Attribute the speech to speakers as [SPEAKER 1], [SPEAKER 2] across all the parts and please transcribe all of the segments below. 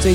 [SPEAKER 1] 最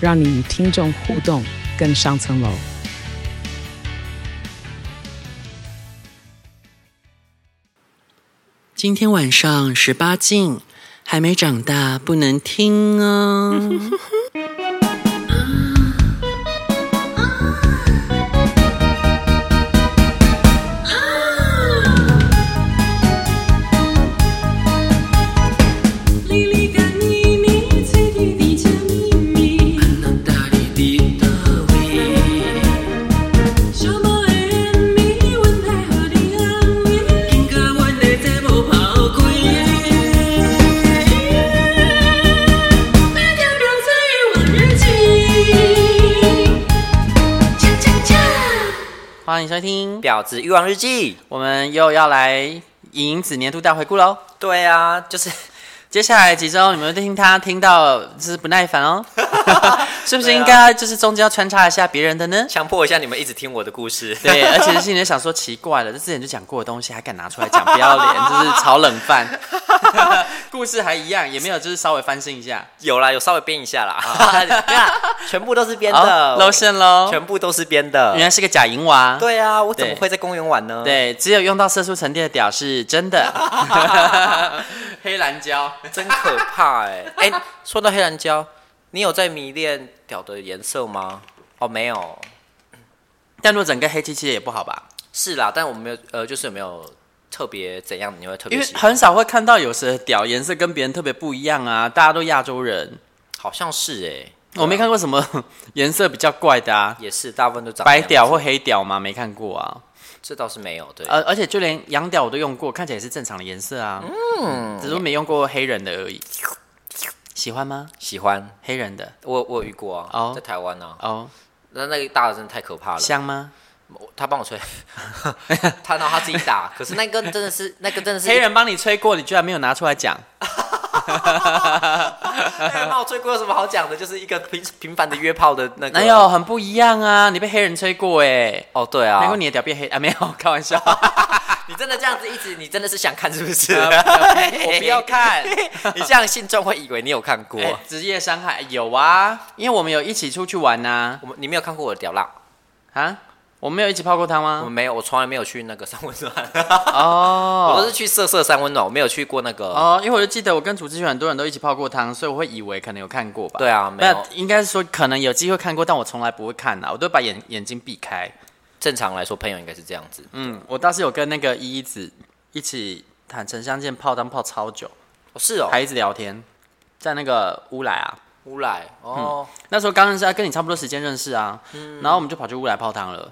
[SPEAKER 1] 让你与听众互动更上层楼。
[SPEAKER 2] 今天晚上十八禁，还没长大不能听哦。
[SPEAKER 3] 莉莉个秘密，最甜的甜蜜蜜。小猫的甜蜜，温太好的安慰。那条龙在往日情。恰恰恰。
[SPEAKER 2] 欢迎收听，
[SPEAKER 4] 婊子欲望日记。
[SPEAKER 2] 我们又要来银子年度大回顾喽。
[SPEAKER 4] 对啊，就是？
[SPEAKER 2] 接下来几周你们听他听到就是不耐烦 哦，是不是应该就是中间要穿插一下别人的呢
[SPEAKER 4] 强迫一下你们一直听我的故事。
[SPEAKER 2] 对，啊而且是你想说奇怪了，这之前就讲过的东西还敢拿出来讲，不要脸，就是炒冷 饭。故事还一样，也没有就是稍微翻新一下。
[SPEAKER 4] 有啦，有稍微编一下啦。啊 哦你看，全部都是编的
[SPEAKER 2] 好，，露馅喽！
[SPEAKER 4] 全部都是编的
[SPEAKER 2] 原。来是个假银娃。
[SPEAKER 4] 对啊，我怎么
[SPEAKER 2] 对
[SPEAKER 4] 会在公园玩呢？，
[SPEAKER 2] 对，只有用到色素沉淀的屌是真的， 黑蓝胶。
[SPEAKER 4] 真可怕哎、 哎、说到黑蓝胶，你有在迷恋屌的颜色吗？哦，没有。
[SPEAKER 2] 但若整个黑漆漆的也不好吧，
[SPEAKER 4] 是啦，但我没有，呃，就是有没有特别怎样你会特
[SPEAKER 2] 因
[SPEAKER 4] 别
[SPEAKER 2] 为
[SPEAKER 4] 喜欢？
[SPEAKER 2] 很少会看到有谁的屌颜色跟别人特别不一样啊，大家都亚洲人，
[SPEAKER 4] 好像是哎、
[SPEAKER 2] 我没看过什么 颜色比较怪的啊，
[SPEAKER 4] 也是大部分都长
[SPEAKER 2] 白
[SPEAKER 4] 那样
[SPEAKER 2] 屌呃
[SPEAKER 4] 子
[SPEAKER 2] 或黑屌吗？没看过啊，
[SPEAKER 4] 这倒是没有，对，
[SPEAKER 2] 而而且就连洋屌我都用过，看起来也是正常的颜色啊，嗯，只是没用过黑人的而已。喜欢吗？
[SPEAKER 4] 喜欢
[SPEAKER 2] 黑人的
[SPEAKER 4] 我我有遇过啊，
[SPEAKER 2] 哦
[SPEAKER 4] 在台湾啊，
[SPEAKER 2] 哦，
[SPEAKER 4] 那那个大的真的太可怕了，
[SPEAKER 2] 香吗？
[SPEAKER 4] 我他帮我吹， 他然后他自己 打，可是那根真的是那个真的是
[SPEAKER 2] 黑人帮你吹过，你居然没有拿出来讲。
[SPEAKER 4] 黑人帮我吹过有什么好讲的？就是一个平平凡的约炮的 那个，
[SPEAKER 2] 没有，哎很不一样啊！你被黑人吹过哎，
[SPEAKER 4] 哦，对啊，
[SPEAKER 2] 难怪你的屌变黑啊！没有，开玩 笑，
[SPEAKER 4] 你真的这样子一直，你真的是想看是不是？
[SPEAKER 2] 我不要看。
[SPEAKER 4] 你这样信众会以为你有看过，
[SPEAKER 2] 哎职业伤害有啊，因为我们有一起出去玩呐
[SPEAKER 4] 我们你没有看过我的屌蜡，
[SPEAKER 2] 啊，我们有一起泡过汤
[SPEAKER 4] 我
[SPEAKER 2] 吗？
[SPEAKER 4] 没有，我从来没有去那个三温暖， 我
[SPEAKER 2] 哦
[SPEAKER 4] 都是去色色三温暖，我没有去过那个。
[SPEAKER 2] 哦，因为我就记得我跟楚志轩很多人都一起泡过汤，所以我会以为可能有看过吧。
[SPEAKER 4] 对啊，没有
[SPEAKER 2] 那，应该是说可能有机会看过，但我从来不会看啊，我都把眼眼睛避开。
[SPEAKER 4] 正常来说朋友应该是这样子。
[SPEAKER 2] 嗯，我倒是有跟那个依依子一起坦诚相见泡汤泡超久，
[SPEAKER 4] 哦是哦，
[SPEAKER 2] 还一直聊天，在那个乌来啊。
[SPEAKER 4] 乌来哦，
[SPEAKER 2] 那时候刚认识啊，跟你差不多时间认识啊，
[SPEAKER 4] 嗯
[SPEAKER 2] 然后我们就跑去乌来泡汤了，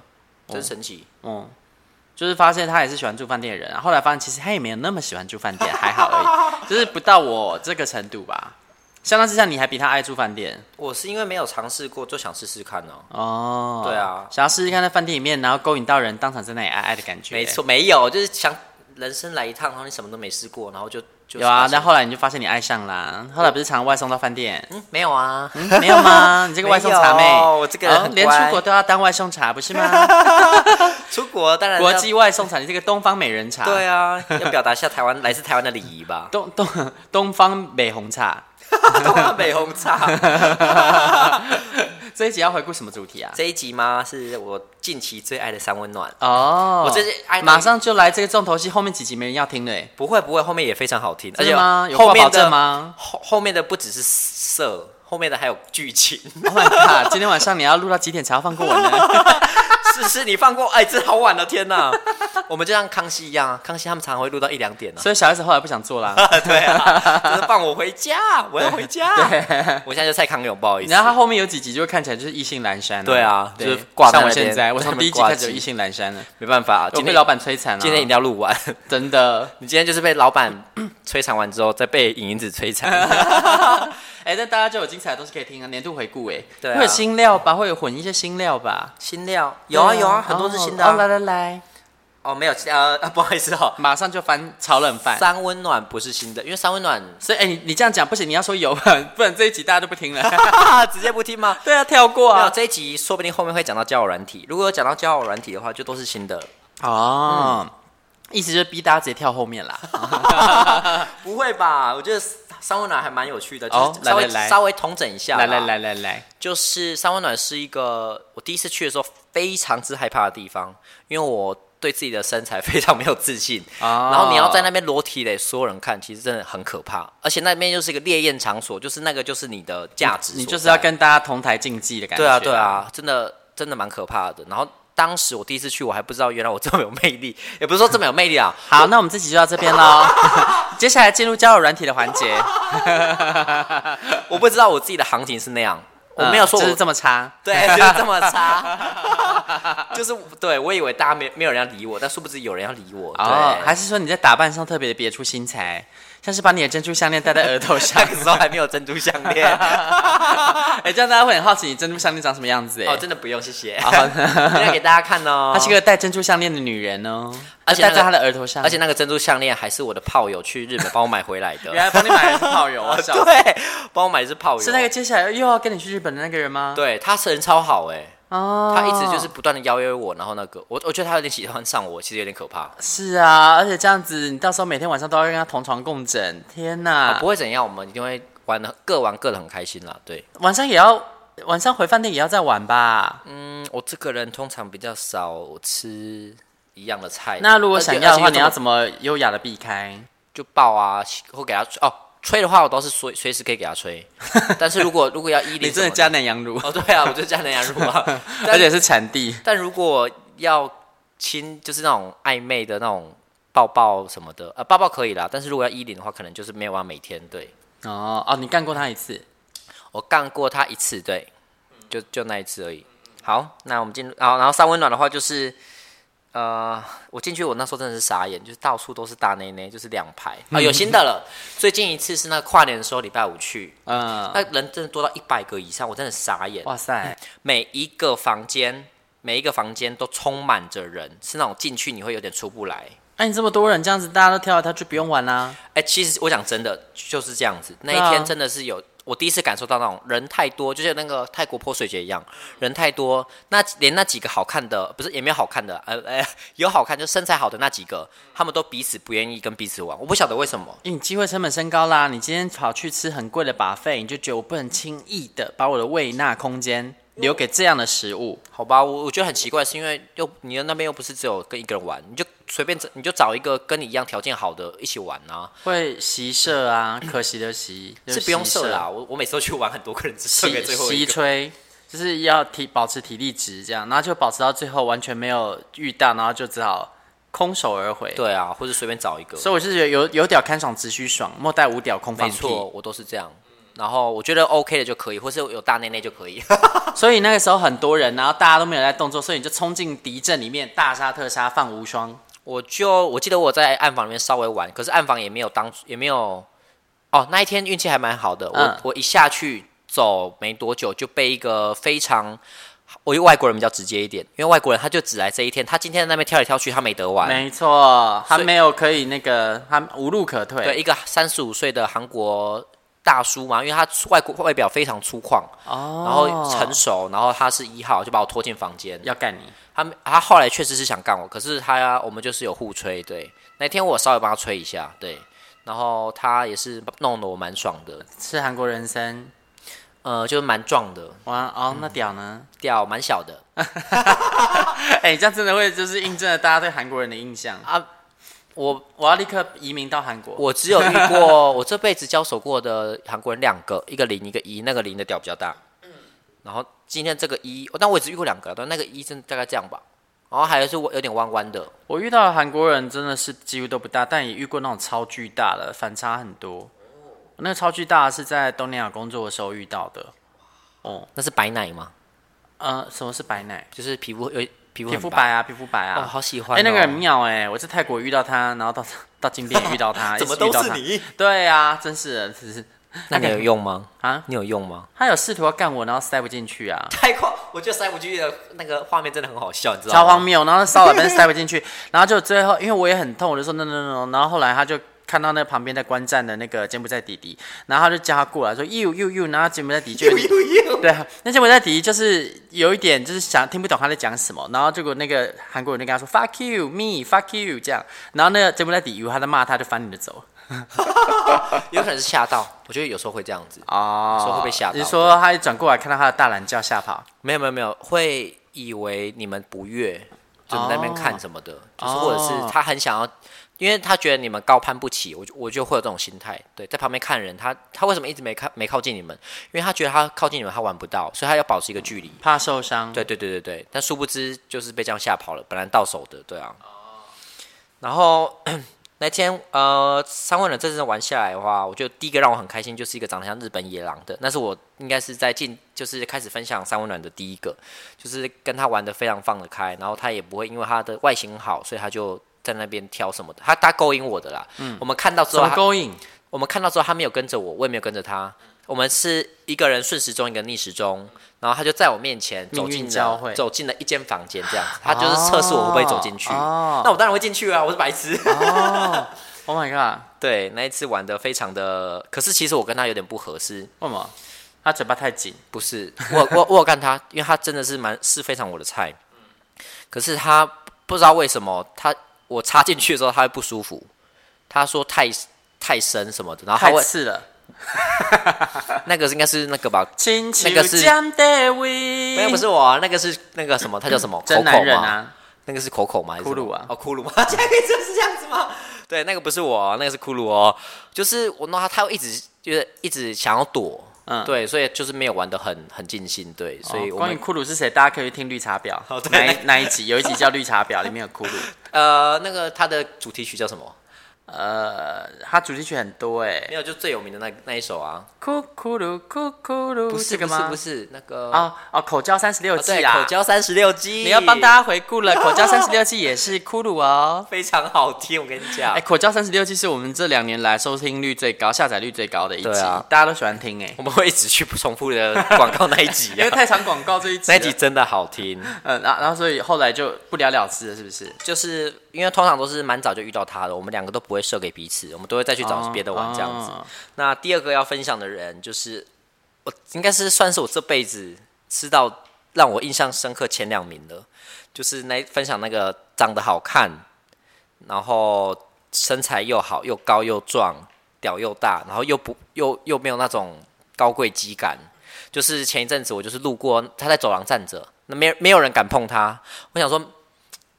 [SPEAKER 4] 真神奇。
[SPEAKER 2] 嗯，就是发现他也是喜欢住饭店的人，然后后来发现其实他也没有那么喜欢住饭店，还好而 已，就是不到我这个程度吧。相当之下，你还比他爱住饭店
[SPEAKER 4] 我是因为没有尝试过，就想试试看呢、
[SPEAKER 2] 哦。
[SPEAKER 4] 对啊
[SPEAKER 2] 想要试试看在饭店里面，然后勾引到人，当场在那里爱爱的感觉。
[SPEAKER 4] 没错，，没有，就是想人生来一趟，然后你什么都没试过，然后就就
[SPEAKER 2] 有啊。
[SPEAKER 4] 是
[SPEAKER 2] 但后来你就发现你爱上啦，后来不是常外送到饭 店？
[SPEAKER 4] 嗯没有啊，
[SPEAKER 2] 嗯没有吗？你这个外送茶妹
[SPEAKER 4] 没，有我这个人
[SPEAKER 2] 哦
[SPEAKER 4] 很
[SPEAKER 2] 连
[SPEAKER 4] 乖
[SPEAKER 2] 出国都要当外送茶，不是吗？
[SPEAKER 4] 出国当然
[SPEAKER 2] 国
[SPEAKER 4] 要
[SPEAKER 2] 际外送茶，你这个东方美人茶。。
[SPEAKER 4] 对啊，要表达一下台湾来自台湾的礼仪吧
[SPEAKER 2] 东东东方美红茶。
[SPEAKER 4] 东
[SPEAKER 2] 啊
[SPEAKER 4] 方美红茶
[SPEAKER 2] 这一集要回顾什么主题啊？
[SPEAKER 4] 这一集吗？是我近期最爱的三温暖。
[SPEAKER 2] 哦，
[SPEAKER 4] 我这是爱
[SPEAKER 2] 马上就来这个重头戏，后面几集没人要听了欸，
[SPEAKER 4] 不会不会，后面也非常好听，而
[SPEAKER 2] 真
[SPEAKER 4] 且
[SPEAKER 2] 的吗？有
[SPEAKER 4] 后
[SPEAKER 2] 挂
[SPEAKER 4] 面
[SPEAKER 2] 保
[SPEAKER 4] 的
[SPEAKER 2] 证？吗
[SPEAKER 4] 后后面的不只是色，后面的还有剧情，
[SPEAKER 2] ？Oh my god！今天晚上你要录到几点才要放过我呢？
[SPEAKER 4] 是不是你放过？哎，这好晚了，天哪！我们就像康熙一样啊，康熙他们常常会录到一两点呢、哦
[SPEAKER 2] 所以小 S 后来不想做啦。
[SPEAKER 4] 啊。对啊，就是放我回 家，我要回家。我现在就蔡康永，不好意思。
[SPEAKER 2] 然后他后面有几集就看起来就是意兴阑珊了。
[SPEAKER 4] 对啊
[SPEAKER 2] 对
[SPEAKER 4] 就是挂在
[SPEAKER 2] 像我
[SPEAKER 4] 那边
[SPEAKER 2] 现在，我从第一集开始就
[SPEAKER 4] 他们挂机
[SPEAKER 2] 意兴阑珊了，
[SPEAKER 4] 没办法，
[SPEAKER 2] 我
[SPEAKER 4] 今
[SPEAKER 2] 被
[SPEAKER 4] 天
[SPEAKER 2] 老板摧残了。啊
[SPEAKER 4] 今天一定要录完。
[SPEAKER 2] 真的，
[SPEAKER 4] 你今天就是被老板 摧残完之后，再被影影子摧残。
[SPEAKER 2] 哎，那大家就有精彩的东西可以听啊，年度回顾哎，
[SPEAKER 4] 对啊
[SPEAKER 2] 会有新料吧，会有混一些新料吧。
[SPEAKER 4] 新料有啊
[SPEAKER 2] 对
[SPEAKER 4] 有啊，很多是
[SPEAKER 2] 哦
[SPEAKER 4] 新的
[SPEAKER 2] 哦来
[SPEAKER 4] 啊。
[SPEAKER 2] 来来，
[SPEAKER 4] 哦，没有呃， 啊不好意思哦。
[SPEAKER 2] 马上就翻炒冷饭。
[SPEAKER 4] 三温暖不是新的，因为三温 暖
[SPEAKER 2] 所以，哎、你你这样讲不行，你要说有， 不然这一集大家都不听了。
[SPEAKER 4] 直接不听吗？
[SPEAKER 2] 对啊，跳过
[SPEAKER 4] 没有
[SPEAKER 2] 啊。
[SPEAKER 4] 这一集，说不定后面会讲到交友软体。如果有讲到交友软体的话，就都是新的了。
[SPEAKER 2] 哦，意思就是逼大家直接跳后面 啦。
[SPEAKER 4] 不会吧？我觉得三温暖还蛮有趣的，
[SPEAKER 2] 哦
[SPEAKER 4] 就是稍微、
[SPEAKER 2] 来来来
[SPEAKER 4] 稍微统整一下。
[SPEAKER 2] 来来，来来来，
[SPEAKER 4] 就是三温暖是一个我第一次去的时候非常之害怕的地方，因为我对自己的身材非常没有自信。
[SPEAKER 2] 哦
[SPEAKER 4] 然后你要在那边裸体给所有人看，其实真的很可怕。而且那边又是一个烈焰场所，就是那个就是你的价值
[SPEAKER 2] 你
[SPEAKER 4] 所
[SPEAKER 2] 就是要
[SPEAKER 4] 在
[SPEAKER 2] 跟大家同台竞技的感觉。
[SPEAKER 4] 对啊，对。啊，真的真的蛮可怕的。然后当时我第一次去，我还不知道原来我这么有魅力，也不是说这么有魅力啊，
[SPEAKER 2] 好，那我们这集就到这边 喽。接下来进入交友软体的环节。
[SPEAKER 4] 我不知道我自己的行情是那样，我没有说
[SPEAKER 2] 嗯
[SPEAKER 4] 我、
[SPEAKER 2] 就是这么差。
[SPEAKER 4] 对，就是这么差， 就是对我以为大家没没有人要理我，但殊不知有人要理我。
[SPEAKER 2] 哦，
[SPEAKER 4] 对，
[SPEAKER 2] 还是说你在打扮上特别的别出心裁，像是把你的珍珠项链戴在额头上
[SPEAKER 4] 那？个时候还没有珍珠项 链。
[SPEAKER 2] 哎、这样大家会很好奇你珍珠项链长什么样子哎。
[SPEAKER 4] 哦，真的不用，谢谢。
[SPEAKER 2] 好
[SPEAKER 4] 现在给大家看 哦，
[SPEAKER 2] 她是个戴珍珠项链的女人哦，
[SPEAKER 4] 而且那
[SPEAKER 2] 戴
[SPEAKER 4] 个
[SPEAKER 2] 在她的额嗯头上，
[SPEAKER 4] 而且那个珍珠项链还是我的炮友去日本帮我买回来的。
[SPEAKER 2] 原来帮你买的是炮友 啊，笑死
[SPEAKER 4] 对，帮我买的是炮友，
[SPEAKER 2] 是那个接下来又要跟你去日本的那个人吗？，
[SPEAKER 4] 对他人超好哎、
[SPEAKER 2] 哦，
[SPEAKER 4] 他一直就是不断的邀约我，然后那个我我觉得他有点喜欢上我，其实有点可怕。
[SPEAKER 2] 是啊，而且这样子，你到时候每天晚上都要跟他同床共枕，天哪！
[SPEAKER 4] 啊，不会怎样，我们一定会玩的各玩各的很开心啦。对，
[SPEAKER 2] 晚上也要，晚上回饭店也要再玩吧。
[SPEAKER 4] 嗯，我这个人通常比较少吃一样的菜。
[SPEAKER 2] 那如果想要的话，你要
[SPEAKER 4] 么
[SPEAKER 2] 怎么优雅的避开？
[SPEAKER 4] 就抱啊，或给他吹哦。吹的话，我都是随随时可以给 他吹，但是如果如果要依
[SPEAKER 2] 你
[SPEAKER 4] 零什
[SPEAKER 2] 真
[SPEAKER 4] 么，
[SPEAKER 2] 的加南羊乳，。
[SPEAKER 4] 哦对啊，我就加南洋乳啊
[SPEAKER 2] 而且是产地。
[SPEAKER 4] 但如果要亲，就是那种暧昧的那种抱抱什么的，呃，抱抱可以啦。但是如果要依零的话，可能就是没有办法每天。对
[SPEAKER 2] 哦哦，你干过他一次，
[SPEAKER 4] 我干过他一次，对，就就那一次而已。好，那我们进入，好，然后三温暖的话就是，呃，我进去我那时候真的是傻眼，就是到处都是大内内，就是两排啊，有新的了。最近一次是那跨年的时候，礼拜五去，
[SPEAKER 2] 嗯，
[SPEAKER 4] 那人真的多到一百个以上，我真的傻眼。
[SPEAKER 2] 哇 塞，
[SPEAKER 4] 每一个房间，每一个房间都充满着人，是那种进去你会有点出不来。
[SPEAKER 2] 那、你这么多人这样子，大家都跳来跳去，不用玩啦、
[SPEAKER 4] 哎、其实我讲真的就是这样子，那
[SPEAKER 2] 对啊
[SPEAKER 4] 一天真的是有。我第一次感受到那种人太多，就像那个泰国泼水节一样，人太多。那连那几个好看的，不是也没有好看的，呃呃，有好看就身材好的那几个，他们都彼此不愿意跟彼此玩。我不晓得为什么，
[SPEAKER 2] 因为你机会成本升高啦，你今天跑去吃很贵的把费，你就觉得我不能轻易的把我的胃纳空间留给这样的食物。
[SPEAKER 4] 好吧，我我觉得很奇怪，是因为又你那边又不是只有跟一个人玩，你就随便找你就找一个跟你一样条件好的一起玩啊，
[SPEAKER 2] 会习射 啊，可惜的习
[SPEAKER 4] 是不用射啦。，我我每次都去玩很多个人，只
[SPEAKER 2] 习
[SPEAKER 4] 射给最后一
[SPEAKER 2] 习
[SPEAKER 4] 个。
[SPEAKER 2] 吹就是要体保持体力值这样，然后就保持到最后完全没有遇到，然后就只好空手而回。，
[SPEAKER 4] 对啊，或者随便找一个。
[SPEAKER 2] 所以我是觉得有有屌看爽只需爽，莫待无屌空放
[SPEAKER 4] 没
[SPEAKER 2] 屁。
[SPEAKER 4] 错，我都是这样。然后我觉得 OK 的就可以，或是有大内内就可以。
[SPEAKER 2] 所以那个时候很多人，然后大家都没有在动作，所以你就冲进敌阵里面大杀特杀，放无双。
[SPEAKER 4] 我就我记得我在暗房里面稍微玩，可是暗房也没有当也没有。哦，那一天运气还蛮好的，我、
[SPEAKER 2] 嗯
[SPEAKER 4] 我一下去走没多久就被一个非常，我觉得外国人比较直接一点，因为外国人他就只来这一天，他今天在那边跳来跳去，他没得玩。
[SPEAKER 2] 没错，他
[SPEAKER 4] 所以
[SPEAKER 2] 没有可以那个，他无路可退。
[SPEAKER 4] 对，一个三十五岁的韩国大叔嘛，因为他外国外表非常粗犷，
[SPEAKER 2] 哦，
[SPEAKER 4] 然后成熟，然后他是一号，就把我拖进房间。
[SPEAKER 2] 要干你，
[SPEAKER 4] 他们他后来确实是想干我，可是他我们就是有互吹，对，那天我稍微帮他吹一下，对，然后他也是弄得我蛮爽的，
[SPEAKER 2] 是韩国人参。
[SPEAKER 4] 呃，就是蛮壮的，
[SPEAKER 2] 哇哦，那屌呢？
[SPEAKER 4] 调蛮小的
[SPEAKER 2] 哎、这样真的会就是印证了大家对韩国人的印象。
[SPEAKER 4] 啊。我
[SPEAKER 2] 我要立刻移民到韩国。
[SPEAKER 4] 我只有遇过我这辈子交手过的韩国人两个，一个零一个一，那个零的屌比较大，然后今天这个一，但我也只遇过两个，但那个一真的大概这样吧，然后还有是我有点弯弯的，
[SPEAKER 2] 我遇到的韩国人真的是几乎都不大，但也遇过那种超巨大的，反差很多。那个超巨大的是在东南亚工作的时候遇到的。哦，
[SPEAKER 4] 那是白奶吗？
[SPEAKER 2] 呃，什么是白奶？
[SPEAKER 4] 就是皮肤有皮肤
[SPEAKER 2] 皮
[SPEAKER 4] 很
[SPEAKER 2] 肤白啊，皮肤白
[SPEAKER 4] 哦，
[SPEAKER 2] 啊。
[SPEAKER 4] 好喜欢、哦。
[SPEAKER 2] 哎、那个很妙哎、我在泰国遇到他，然后到到金边也遇到 他，
[SPEAKER 5] 怎么
[SPEAKER 2] 一直遇
[SPEAKER 5] 都
[SPEAKER 2] 到
[SPEAKER 5] 是
[SPEAKER 2] 他？
[SPEAKER 5] 你？
[SPEAKER 2] 对啊，真是的，只是
[SPEAKER 4] 那你有用吗？
[SPEAKER 2] 啊，
[SPEAKER 4] 你有用吗？
[SPEAKER 2] 他有试图要干我，然后塞不进去啊。
[SPEAKER 4] 太快，我觉得塞不进去的那个画面真的很好笑，你知道吗？
[SPEAKER 2] 超荒谬，然后烧了，但是塞不进 去，然后就最后，因为我也很痛，我就说 no no no，然后后来他就看到那旁边在观战的那个柬埔寨弟弟，然后他就叫他过来说 you you you，然后柬埔寨弟弟就有点对啊，那柬埔寨弟弟就是有一点就是想听不懂他在讲什么，然后结果那个韩国人就跟他说 fuck you me fuck you 这样，然后那个柬埔寨弟弟以为他在骂他，就翻你的走
[SPEAKER 4] 有可能是吓到，我觉得有时候会这样子。
[SPEAKER 2] 哦
[SPEAKER 4] 说会被吓到
[SPEAKER 2] 你说他一转过来看到他的大懒觉吓跑，
[SPEAKER 4] 没有没有没有，会以为你们不悦，就在那边看什么的，就是
[SPEAKER 2] 哦
[SPEAKER 4] 或者是他很想要，因为他觉得你们高攀不起，我就我就会有这种心态。对，在旁边看人，他他为什么一直没看没靠近你们？因为他觉得他靠近你们他玩不到，所以他要保持一个距离。
[SPEAKER 2] 怕受伤，
[SPEAKER 4] 对对对对对，但殊不知就是被这样吓跑了，本来到手的，对啊。
[SPEAKER 2] 哦
[SPEAKER 4] 然后 那天呃，三万人这次玩下来的话，我觉得第一个让我很开心就是一个长得像日本野狼的，那是我应该是在进就是开始分享三温暖的第一个，就是跟他玩的非常放得开，然后他也不会因为他的外形好，所以他就在那边挑什么的，他他勾引我的啦。嗯，我们看到之
[SPEAKER 2] 怎
[SPEAKER 4] 后
[SPEAKER 2] 么
[SPEAKER 4] 他，
[SPEAKER 2] 勾引？
[SPEAKER 4] 我们看到之后，他没有跟着我，我也没有跟着他。我们是一个人顺时钟，一个逆时钟，然后他就在我面前走
[SPEAKER 2] 命
[SPEAKER 4] 进
[SPEAKER 2] 运交
[SPEAKER 4] 了
[SPEAKER 2] 汇
[SPEAKER 4] 走进了一间房间，这样子，他就是测试我会不会走进去。
[SPEAKER 2] 哦
[SPEAKER 4] 那我当然会进去啊，我是白痴。
[SPEAKER 2] 哦，Oh my god！
[SPEAKER 4] 对，那一次玩的非常的，可是其实我跟他有点不合适，
[SPEAKER 2] 为什么？他嘴巴太紧，
[SPEAKER 4] 不是我 我我有看他，因为他真的是蛮是非常我的菜，可是他不知道为什么他我插进去的时候他会不舒服，他说太太深什么的，然啊后他
[SPEAKER 2] 太
[SPEAKER 4] 会
[SPEAKER 2] 刺了。
[SPEAKER 4] 那个应该是那个吧，
[SPEAKER 2] 亲
[SPEAKER 4] 那个是没有，
[SPEAKER 2] 不
[SPEAKER 4] 不是我、啊，那个是那个什么，他叫什么？
[SPEAKER 2] 真
[SPEAKER 4] 口
[SPEAKER 2] 男
[SPEAKER 4] 口
[SPEAKER 2] 人
[SPEAKER 4] 吗？
[SPEAKER 2] 啊，
[SPEAKER 4] 那个是口口吗？还是
[SPEAKER 2] 骷
[SPEAKER 4] 什么
[SPEAKER 2] 髅啊
[SPEAKER 4] 哦，骷髅吗？ 现在可以就是这样子吗？对，那个不是我啊、那个是骷髅哦。就是我弄他，他又一直就是一直想要躲，
[SPEAKER 2] 嗯
[SPEAKER 4] 对，所以就是没有玩的很很尽兴，对，所以
[SPEAKER 2] 哦
[SPEAKER 4] 我
[SPEAKER 2] 关于
[SPEAKER 4] 们、
[SPEAKER 2] 骷髅是谁，大家可以去听绿茶婊
[SPEAKER 4] 哦对
[SPEAKER 2] 那一那一集，有一集叫绿茶婊，里面有骷髅。
[SPEAKER 4] 呃那个他的主题曲叫什么？
[SPEAKER 2] 呃，他主题曲很多哎
[SPEAKER 4] 没，有，就最有名的那那一首啊，
[SPEAKER 2] 骷骷髅骷骷髅，
[SPEAKER 4] 不是
[SPEAKER 2] 这个
[SPEAKER 4] 不是
[SPEAKER 2] 吗？
[SPEAKER 4] 不是那个
[SPEAKER 2] 哦哦，口交三十六
[SPEAKER 4] 哦
[SPEAKER 2] 计
[SPEAKER 4] 对，
[SPEAKER 2] 啦，
[SPEAKER 4] 口交三十六计，
[SPEAKER 2] 啊你要帮大家回顾了，口交三十六计也是骷髅哦。
[SPEAKER 4] 非常好听，我跟你讲，
[SPEAKER 2] 哎，口交三十六计是我们这两年来收听率最高、下载率最高的一集，
[SPEAKER 4] 对啊
[SPEAKER 2] 大家都喜欢听哎
[SPEAKER 4] 我，们会一直去重复的广告那一集、
[SPEAKER 2] 因为
[SPEAKER 4] 啊，
[SPEAKER 2] 太长广告这一集
[SPEAKER 4] 那
[SPEAKER 2] 了，
[SPEAKER 4] 一集真的好听。
[SPEAKER 2] 嗯，然后然后所以后来就不了了之了，是不是？
[SPEAKER 4] 就是因为通常都是蛮早就遇到他的，我们两个都不会射给彼此，我们都会再去找
[SPEAKER 2] 哦
[SPEAKER 4] 别的玩这样子。
[SPEAKER 2] 哦
[SPEAKER 4] 那第二个要分享的人，就是我应该是算是我这辈子吃到让我印象深刻前两名了，就是那分享那个长得好看，然后身材又好，又高又壮，屌又大，然后又不又又没有那种高贵肌感。就是前一阵子我就是路过，他在走廊站着，那没没有人敢碰他。我想说，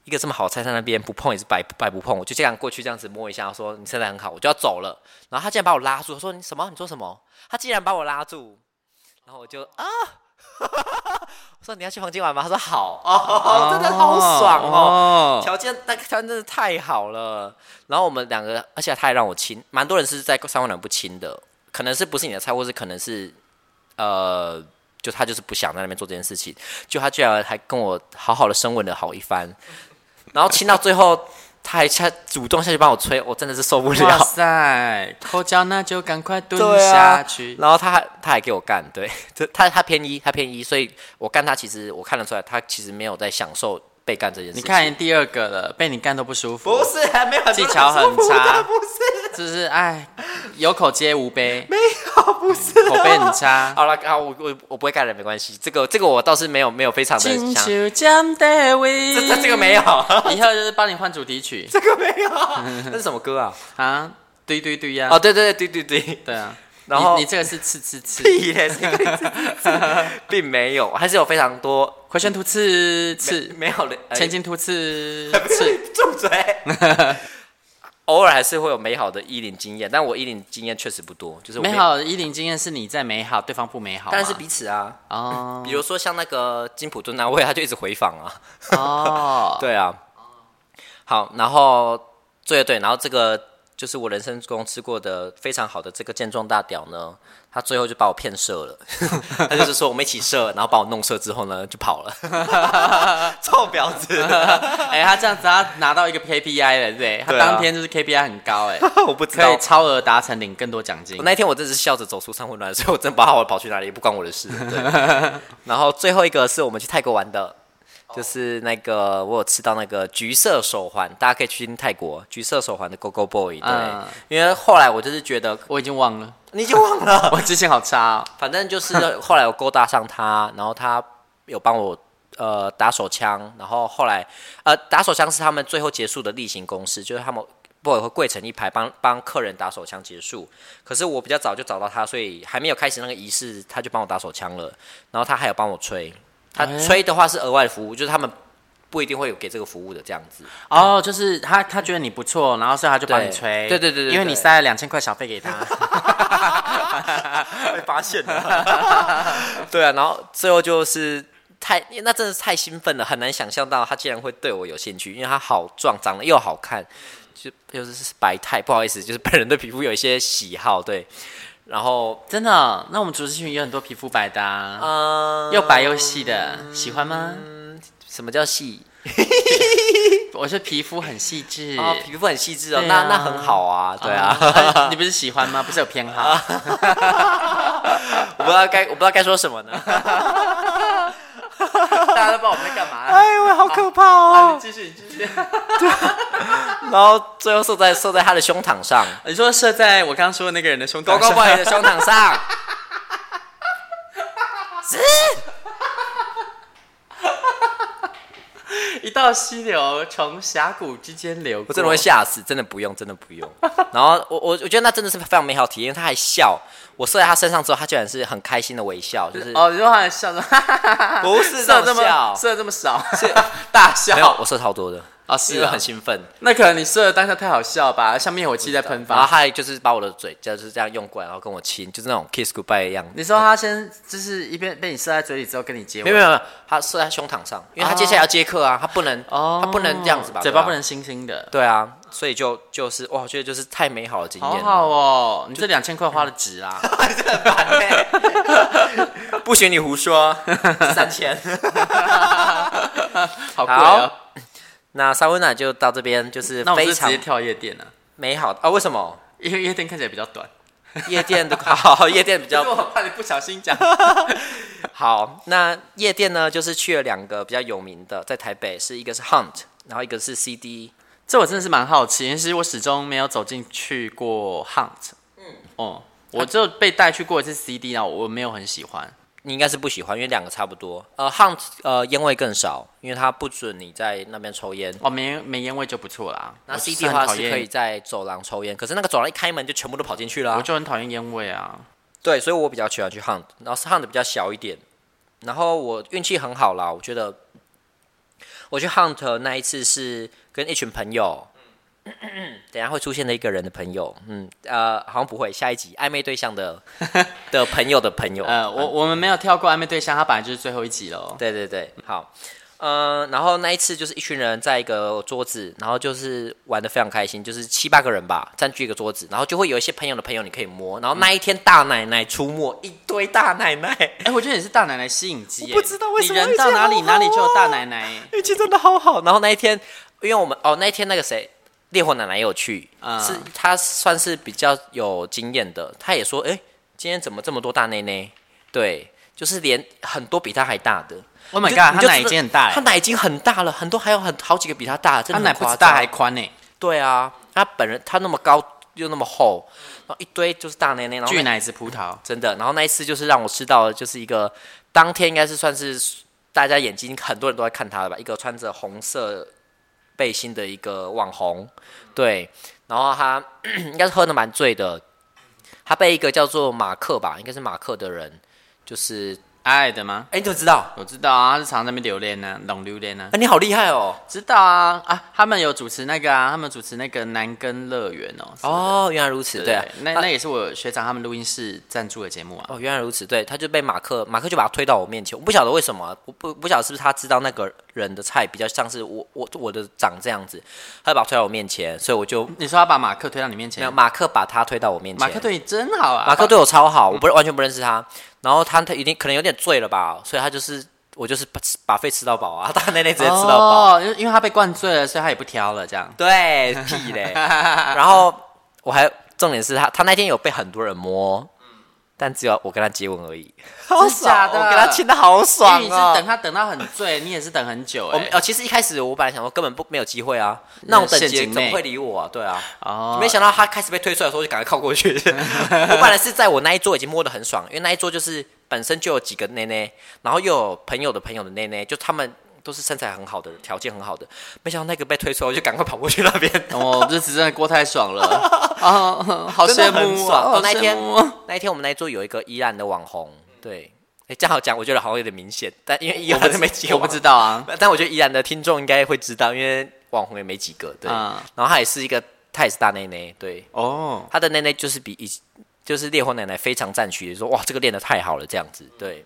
[SPEAKER 4] 一个这么好的菜在那边不碰也是白白不碰，我就这样过去这样子摸一下，说你身材很好，我就要走了。然后他竟然把我拉住，说你什么？你说什么？他竟然把我拉住，然后我就啊，我说你要去房间玩吗？他说好哦，真的好爽哦。
[SPEAKER 2] 哦
[SPEAKER 4] 条件那个条件真的太好了，然后我们两个，而且他还让我亲，蛮多人是在三温暖不亲的，可能是不是你的菜，或是可能是呃，就他就是不想在那边做这件事情，就他居然还跟我好好的深吻了好一番，然后亲到最后，他还下主动下去帮我吹，我真的是受不
[SPEAKER 2] 哇
[SPEAKER 4] 了。
[SPEAKER 2] 塞，口交那就赶快蹲
[SPEAKER 4] 对啊
[SPEAKER 2] 下去。
[SPEAKER 4] 然后他还他还给我干，对，这他他偏一，他偏一，所以我干他其实我看得出来，他其实没有在享受被干这件事
[SPEAKER 2] 你
[SPEAKER 4] 情。
[SPEAKER 2] 看第二个了，被你干都不舒服，
[SPEAKER 4] 不是还没有很
[SPEAKER 2] 技巧很差
[SPEAKER 4] 不是。
[SPEAKER 2] 就是哎，有口皆无杯，没有，不是，啊口碑很差。
[SPEAKER 4] 啊好了，好，我我我不会干人没关系，这个这个我倒是没有没有非常的
[SPEAKER 2] 进
[SPEAKER 4] 想，
[SPEAKER 2] 球将得位，
[SPEAKER 4] 这这这个没有，
[SPEAKER 2] 以后就是帮你换主题曲
[SPEAKER 4] 这个没 有，那是什么歌啊？
[SPEAKER 2] 啊，对对对呀
[SPEAKER 4] 哦，，对对对对对对，
[SPEAKER 2] 对啊，
[SPEAKER 4] 然后
[SPEAKER 2] 你你这个是刺刺刺，
[SPEAKER 4] 屁嘞，这个这 这并没有，还是有非常多
[SPEAKER 2] 回旋突刺刺，
[SPEAKER 4] 没有的呃
[SPEAKER 2] 前进突刺
[SPEAKER 4] 是
[SPEAKER 2] 刺，
[SPEAKER 4] 住嘴。偶尔还是会有美好的衣领经验，但我衣领经验确实不多，就是我没
[SPEAKER 2] 美
[SPEAKER 4] 有，
[SPEAKER 2] 好的依零经验是你在美好，对方不美好吗，
[SPEAKER 4] 但是彼此啊，
[SPEAKER 2] 哦
[SPEAKER 4] 比如说像那个金普顿那位，他就一直回访啊，
[SPEAKER 2] 哦，
[SPEAKER 4] 对啊，好，然后对对，然后这个就是我人生中吃过的非常好的这个健壮大屌呢，他最后就把我骗射了， 他就是说我们一起射，然后把我弄射之后呢就跑了， 臭婊子，
[SPEAKER 2] 哎、他这样子他拿到一个 KPI 了，对不对？他
[SPEAKER 4] 对啊
[SPEAKER 2] 当天就是 KPI 很高，哎，
[SPEAKER 4] 我不知
[SPEAKER 2] 可以
[SPEAKER 4] 道。
[SPEAKER 2] 超额达成，领更多奖金
[SPEAKER 4] 我。那天我真是笑着走出三温暖，所以我真不知道我跑去哪里，不关我的事。对然后最后一个是我们去泰国玩的，就是那个我有吃到那个橘色手环，大家可以去泰国橘色手环的 Go Go Boy 对。
[SPEAKER 2] 嗯
[SPEAKER 4] 因为后来我就是觉得
[SPEAKER 2] 我已经忘了，
[SPEAKER 4] 你就忘了，
[SPEAKER 2] 我之前好差、哦。
[SPEAKER 4] 反正就是后来我勾搭上他，然后他有帮我呃打手枪，然后后来呃打手枪是他们最后结束的例行公事，就是他们 boy 会跪成一排帮帮客人打手枪结束。可是我比较早就找到他，所以还没有开始那个仪式，他就帮我打手枪了，然后他还有帮我吹，他吹的话是额外的服务，就是他们不一定会有给这个服务的这样子。
[SPEAKER 2] 哦，就是他，他觉得你不错，然后所以他就帮你
[SPEAKER 4] 对
[SPEAKER 2] 吹，
[SPEAKER 4] 对对对对
[SPEAKER 2] 因为你
[SPEAKER 4] 对
[SPEAKER 2] 塞了两千块小费给他，
[SPEAKER 4] 被发现了。 对啊，然后最后就是太，那真的是太兴奋了，很难想象到他竟然会对我有兴趣，因为他好壮，长得又好看，就就是白太，不好意思，就是本人对皮肤有一些喜好，对。然后，
[SPEAKER 2] 真的哦、那我们主持群有很多皮肤白的、啊，
[SPEAKER 4] 嗯，
[SPEAKER 2] 又白又细的，喜欢吗？
[SPEAKER 4] 什么叫细？
[SPEAKER 2] 我是皮肤很细致。
[SPEAKER 4] 哦，皮肤很细致哦，
[SPEAKER 2] 对啊
[SPEAKER 4] 那那很好啊，对啊。
[SPEAKER 2] 啊，你 不是喜欢吗？不是有偏好？
[SPEAKER 4] 我不知道该我不知道该说什么呢。
[SPEAKER 2] 大家都不知道我们在干嘛。
[SPEAKER 4] 哎呦，好可怕哦！
[SPEAKER 2] 继续，继续。
[SPEAKER 4] 然后最后射在射在他的胸膛 上，
[SPEAKER 2] 你说射在我刚刚说的那个人的胸
[SPEAKER 4] 狗
[SPEAKER 2] 膛
[SPEAKER 4] 狗
[SPEAKER 2] 上，
[SPEAKER 4] 不你的 胸膛上。
[SPEAKER 2] 一道溪流从峡谷之间流过。
[SPEAKER 4] 我真的会吓死，真的不用，真的不用。 然后我我我觉得那真的是非常美好体验，他还笑，我射在他身上之后，他居然是很开心的微笑，就是、
[SPEAKER 2] 哦，你说他笑说， 哈哈哈哈
[SPEAKER 4] 不 是
[SPEAKER 2] 射
[SPEAKER 4] 这
[SPEAKER 2] 这
[SPEAKER 4] 种
[SPEAKER 2] 么
[SPEAKER 4] 笑，
[SPEAKER 2] 射这么少，是 大
[SPEAKER 4] 没有
[SPEAKER 2] 笑
[SPEAKER 4] 我射超多的，
[SPEAKER 2] 啊，
[SPEAKER 4] 因
[SPEAKER 2] 是
[SPEAKER 4] 为
[SPEAKER 2] 啊
[SPEAKER 4] 很，兴奋。
[SPEAKER 2] 那可能你射的当下太好笑吧，像灭火器在喷
[SPEAKER 4] 然后
[SPEAKER 2] 发。
[SPEAKER 4] 他还就是把我的嘴就是这样用过来，然后跟我亲，就是那种 kiss goodbye 的样子。
[SPEAKER 2] 你说他先就是一边被你射在嘴里之后跟你接
[SPEAKER 4] 没
[SPEAKER 2] 吻，
[SPEAKER 4] 有没有没有，他射在胸膛上，因为他接下来要接客啊，他不能、
[SPEAKER 2] 哦，
[SPEAKER 4] 他不能这样子吧，
[SPEAKER 2] 嘴巴
[SPEAKER 4] 对啊
[SPEAKER 2] 不能腥腥的。
[SPEAKER 4] 对啊，所以就就是哇，我觉得就是太美好的经验
[SPEAKER 2] 好
[SPEAKER 4] 了，
[SPEAKER 2] 好哦，你这两千块花的值 啊！
[SPEAKER 4] 不许你 胡说，三千。
[SPEAKER 2] 好贵哦。
[SPEAKER 4] 那莎温娜就到这边，就是
[SPEAKER 2] 那我
[SPEAKER 4] 非
[SPEAKER 2] 是直
[SPEAKER 4] 常
[SPEAKER 2] 接跳夜店啊，
[SPEAKER 4] 美好的啊？为 什么
[SPEAKER 2] 因为夜店看起来比较短。
[SPEAKER 4] 夜店的好？夜店比
[SPEAKER 2] 因为
[SPEAKER 4] 较
[SPEAKER 2] 我怕你不小心讲。
[SPEAKER 4] 好。那夜店呢，就是去了两个比较有名的，在台北是一个是 Hunt，然后一个是 CD。
[SPEAKER 2] 这我真的是蛮好奇，因为其实我始终没有走进去过 Hunt。嗯，哦，我就被带去过一次 CD 啊，我没有很喜欢。
[SPEAKER 4] 你应该是不喜欢，因为两个差不多。呃，Hunt 呃烟味更少，因为它不准你在那边抽烟。
[SPEAKER 2] 哦，没没烟味就不错啦。
[SPEAKER 4] 那
[SPEAKER 2] 我就是
[SPEAKER 4] CD 的
[SPEAKER 2] 很
[SPEAKER 4] 话
[SPEAKER 2] 讨
[SPEAKER 4] 是
[SPEAKER 2] 厌
[SPEAKER 4] 可以，在走廊抽烟，可是那个走廊一开门就全部都跑进去了啊、
[SPEAKER 2] 我就很讨厌烟味啊。
[SPEAKER 4] 对，所以我比较喜欢去 hunt，然后 hunt 比较小一点，然后我运气很好啦，我觉得我去 hunt 那一次是跟一群朋友，等一下会出现的一个人的朋友，嗯呃，好像不会，下一集暧昧对象的的朋友的朋友，
[SPEAKER 2] 呃，我我们没有跳过暧昧对象，他本来就是最后一集喽。
[SPEAKER 4] 对对对，好。呃，然后那一次就是一群人在一个桌子，然后就是玩的非常开心，就是七八个人吧，占据一个桌子，然后就会有一些朋友的朋友你可以摸，然后那一天大奶奶出没，一堆大奶奶，
[SPEAKER 2] 哎、我觉得你是大奶奶吸引机耶、欸
[SPEAKER 4] 我不知道为什么
[SPEAKER 2] 你人到哪里
[SPEAKER 4] 运气
[SPEAKER 2] 哪
[SPEAKER 4] 好好啊
[SPEAKER 2] 里就有大奶奶耶。
[SPEAKER 4] 运气真的好好。然后那一天，因为我们哦，那一天那个谁，烈火奶奶也有去，
[SPEAKER 2] 嗯
[SPEAKER 4] 是她算是比较有经验的，她也说，哎、今天怎么这么多大内内？对，就是连很多比她还大的。
[SPEAKER 2] Oh my
[SPEAKER 4] 你
[SPEAKER 2] god，
[SPEAKER 4] 就
[SPEAKER 2] 他
[SPEAKER 4] 你就
[SPEAKER 2] 奶已
[SPEAKER 4] 知道
[SPEAKER 2] 经很大
[SPEAKER 4] 她
[SPEAKER 2] 了，
[SPEAKER 4] 奶已经很大了，很多还有很好几个比她大，真
[SPEAKER 2] 他
[SPEAKER 4] 的
[SPEAKER 2] 奶不
[SPEAKER 4] 很
[SPEAKER 2] 止
[SPEAKER 4] 夸
[SPEAKER 2] 大
[SPEAKER 4] 张。
[SPEAKER 2] 还宽欸呢、
[SPEAKER 4] 对啊，她本人她那么高又那么厚，然后一堆就是大内内，然后那
[SPEAKER 2] 巨奶子葡萄。
[SPEAKER 4] 真的。然后那一次就是让我吃到的就是一个当天应该是算是大家眼睛很多人都在看他的吧，一个穿着红色背心的一个网红，对，然后他应该是喝的蛮醉的，他被一个叫做马克吧，应该是马克的人，就是
[SPEAKER 2] 矮矮的吗？
[SPEAKER 4] 哎，你怎么知道？
[SPEAKER 2] 我知道啊，他是常在那边榴莲呢、懂榴莲呢、啊
[SPEAKER 4] 哎，你好厉害哦！
[SPEAKER 2] 知道啊啊，他们有主持那个啊，他们主持那个南根乐园哦。是
[SPEAKER 4] 哦，原来如此，
[SPEAKER 2] 对
[SPEAKER 4] 对啊，
[SPEAKER 2] 那
[SPEAKER 4] 他
[SPEAKER 2] 那也是我学长他们录音室赞助的节目啊。
[SPEAKER 4] 哦，原来如此，对，他就被马克，马克就把他推到我面前，我不晓得为什么，我不不晓得是不是他知道那个人的菜比较像是我我我的长这样子，他就把他推到我面前，所以我就
[SPEAKER 2] 你说他把马克推到你面
[SPEAKER 4] 没
[SPEAKER 2] 前
[SPEAKER 4] 有，马克把他推到我面前，
[SPEAKER 2] 马克对你真好啊！
[SPEAKER 4] 马克对我超好，我不完全不认识他，然后他他一定可能有点醉了吧，所以他就是我就是把把费吃到饱啊， 大内内直接吃到饱，
[SPEAKER 2] 哦，因为因为他被灌醉了，所以他也不挑了，这样。
[SPEAKER 4] 对，屁嘞，然后我还重点是他他那天有被很多人摸。但只有我跟他接吻而已，好
[SPEAKER 2] 是假的
[SPEAKER 4] 我跟他亲的好爽
[SPEAKER 2] 因
[SPEAKER 4] 哦！
[SPEAKER 2] 哦为你是等他等到很醉，你也是等很久
[SPEAKER 4] 我
[SPEAKER 2] 哎、
[SPEAKER 4] 们哦，其实一开始我本来想说根本不没有机会啊，那种等
[SPEAKER 2] 陷
[SPEAKER 4] 级
[SPEAKER 2] 阱
[SPEAKER 4] 怎么
[SPEAKER 2] 内
[SPEAKER 4] 会理我啊？对啊，
[SPEAKER 2] 哦
[SPEAKER 4] 没想到他开始被推出来的时候，我就赶快靠过 去。我本来是在我那一桌已经摸得很爽，因为那一桌就是本身就有几个内内，然后又有朋友的朋友的内内，就他们都是身材很好的，条件很好的。没想到那个被推出来，我就赶快跑过去那边。
[SPEAKER 2] 我这次真的过太爽 了哦，好
[SPEAKER 4] 真的
[SPEAKER 2] 羡
[SPEAKER 4] 很
[SPEAKER 2] 慕
[SPEAKER 4] 爽。
[SPEAKER 2] 哦，
[SPEAKER 4] 那一
[SPEAKER 2] 好羡
[SPEAKER 4] 天
[SPEAKER 2] 慕哦。
[SPEAKER 4] 那一天我们那一桌有一个宜兰的网红，对，哎，这样好讲，我觉得好像有点明显，但因为宜兰是没几个
[SPEAKER 2] 我不
[SPEAKER 4] 网
[SPEAKER 2] 知道啊，
[SPEAKER 4] 但我觉得宜兰的听众应该会知道，因为网红也没几个，对。
[SPEAKER 2] 嗯
[SPEAKER 4] 然后他也是一个，他也是大内内，对，
[SPEAKER 2] 哦，
[SPEAKER 4] 他的内内就是比以就是烈火奶奶非常赞许，说哇这个练的太好了这样子，对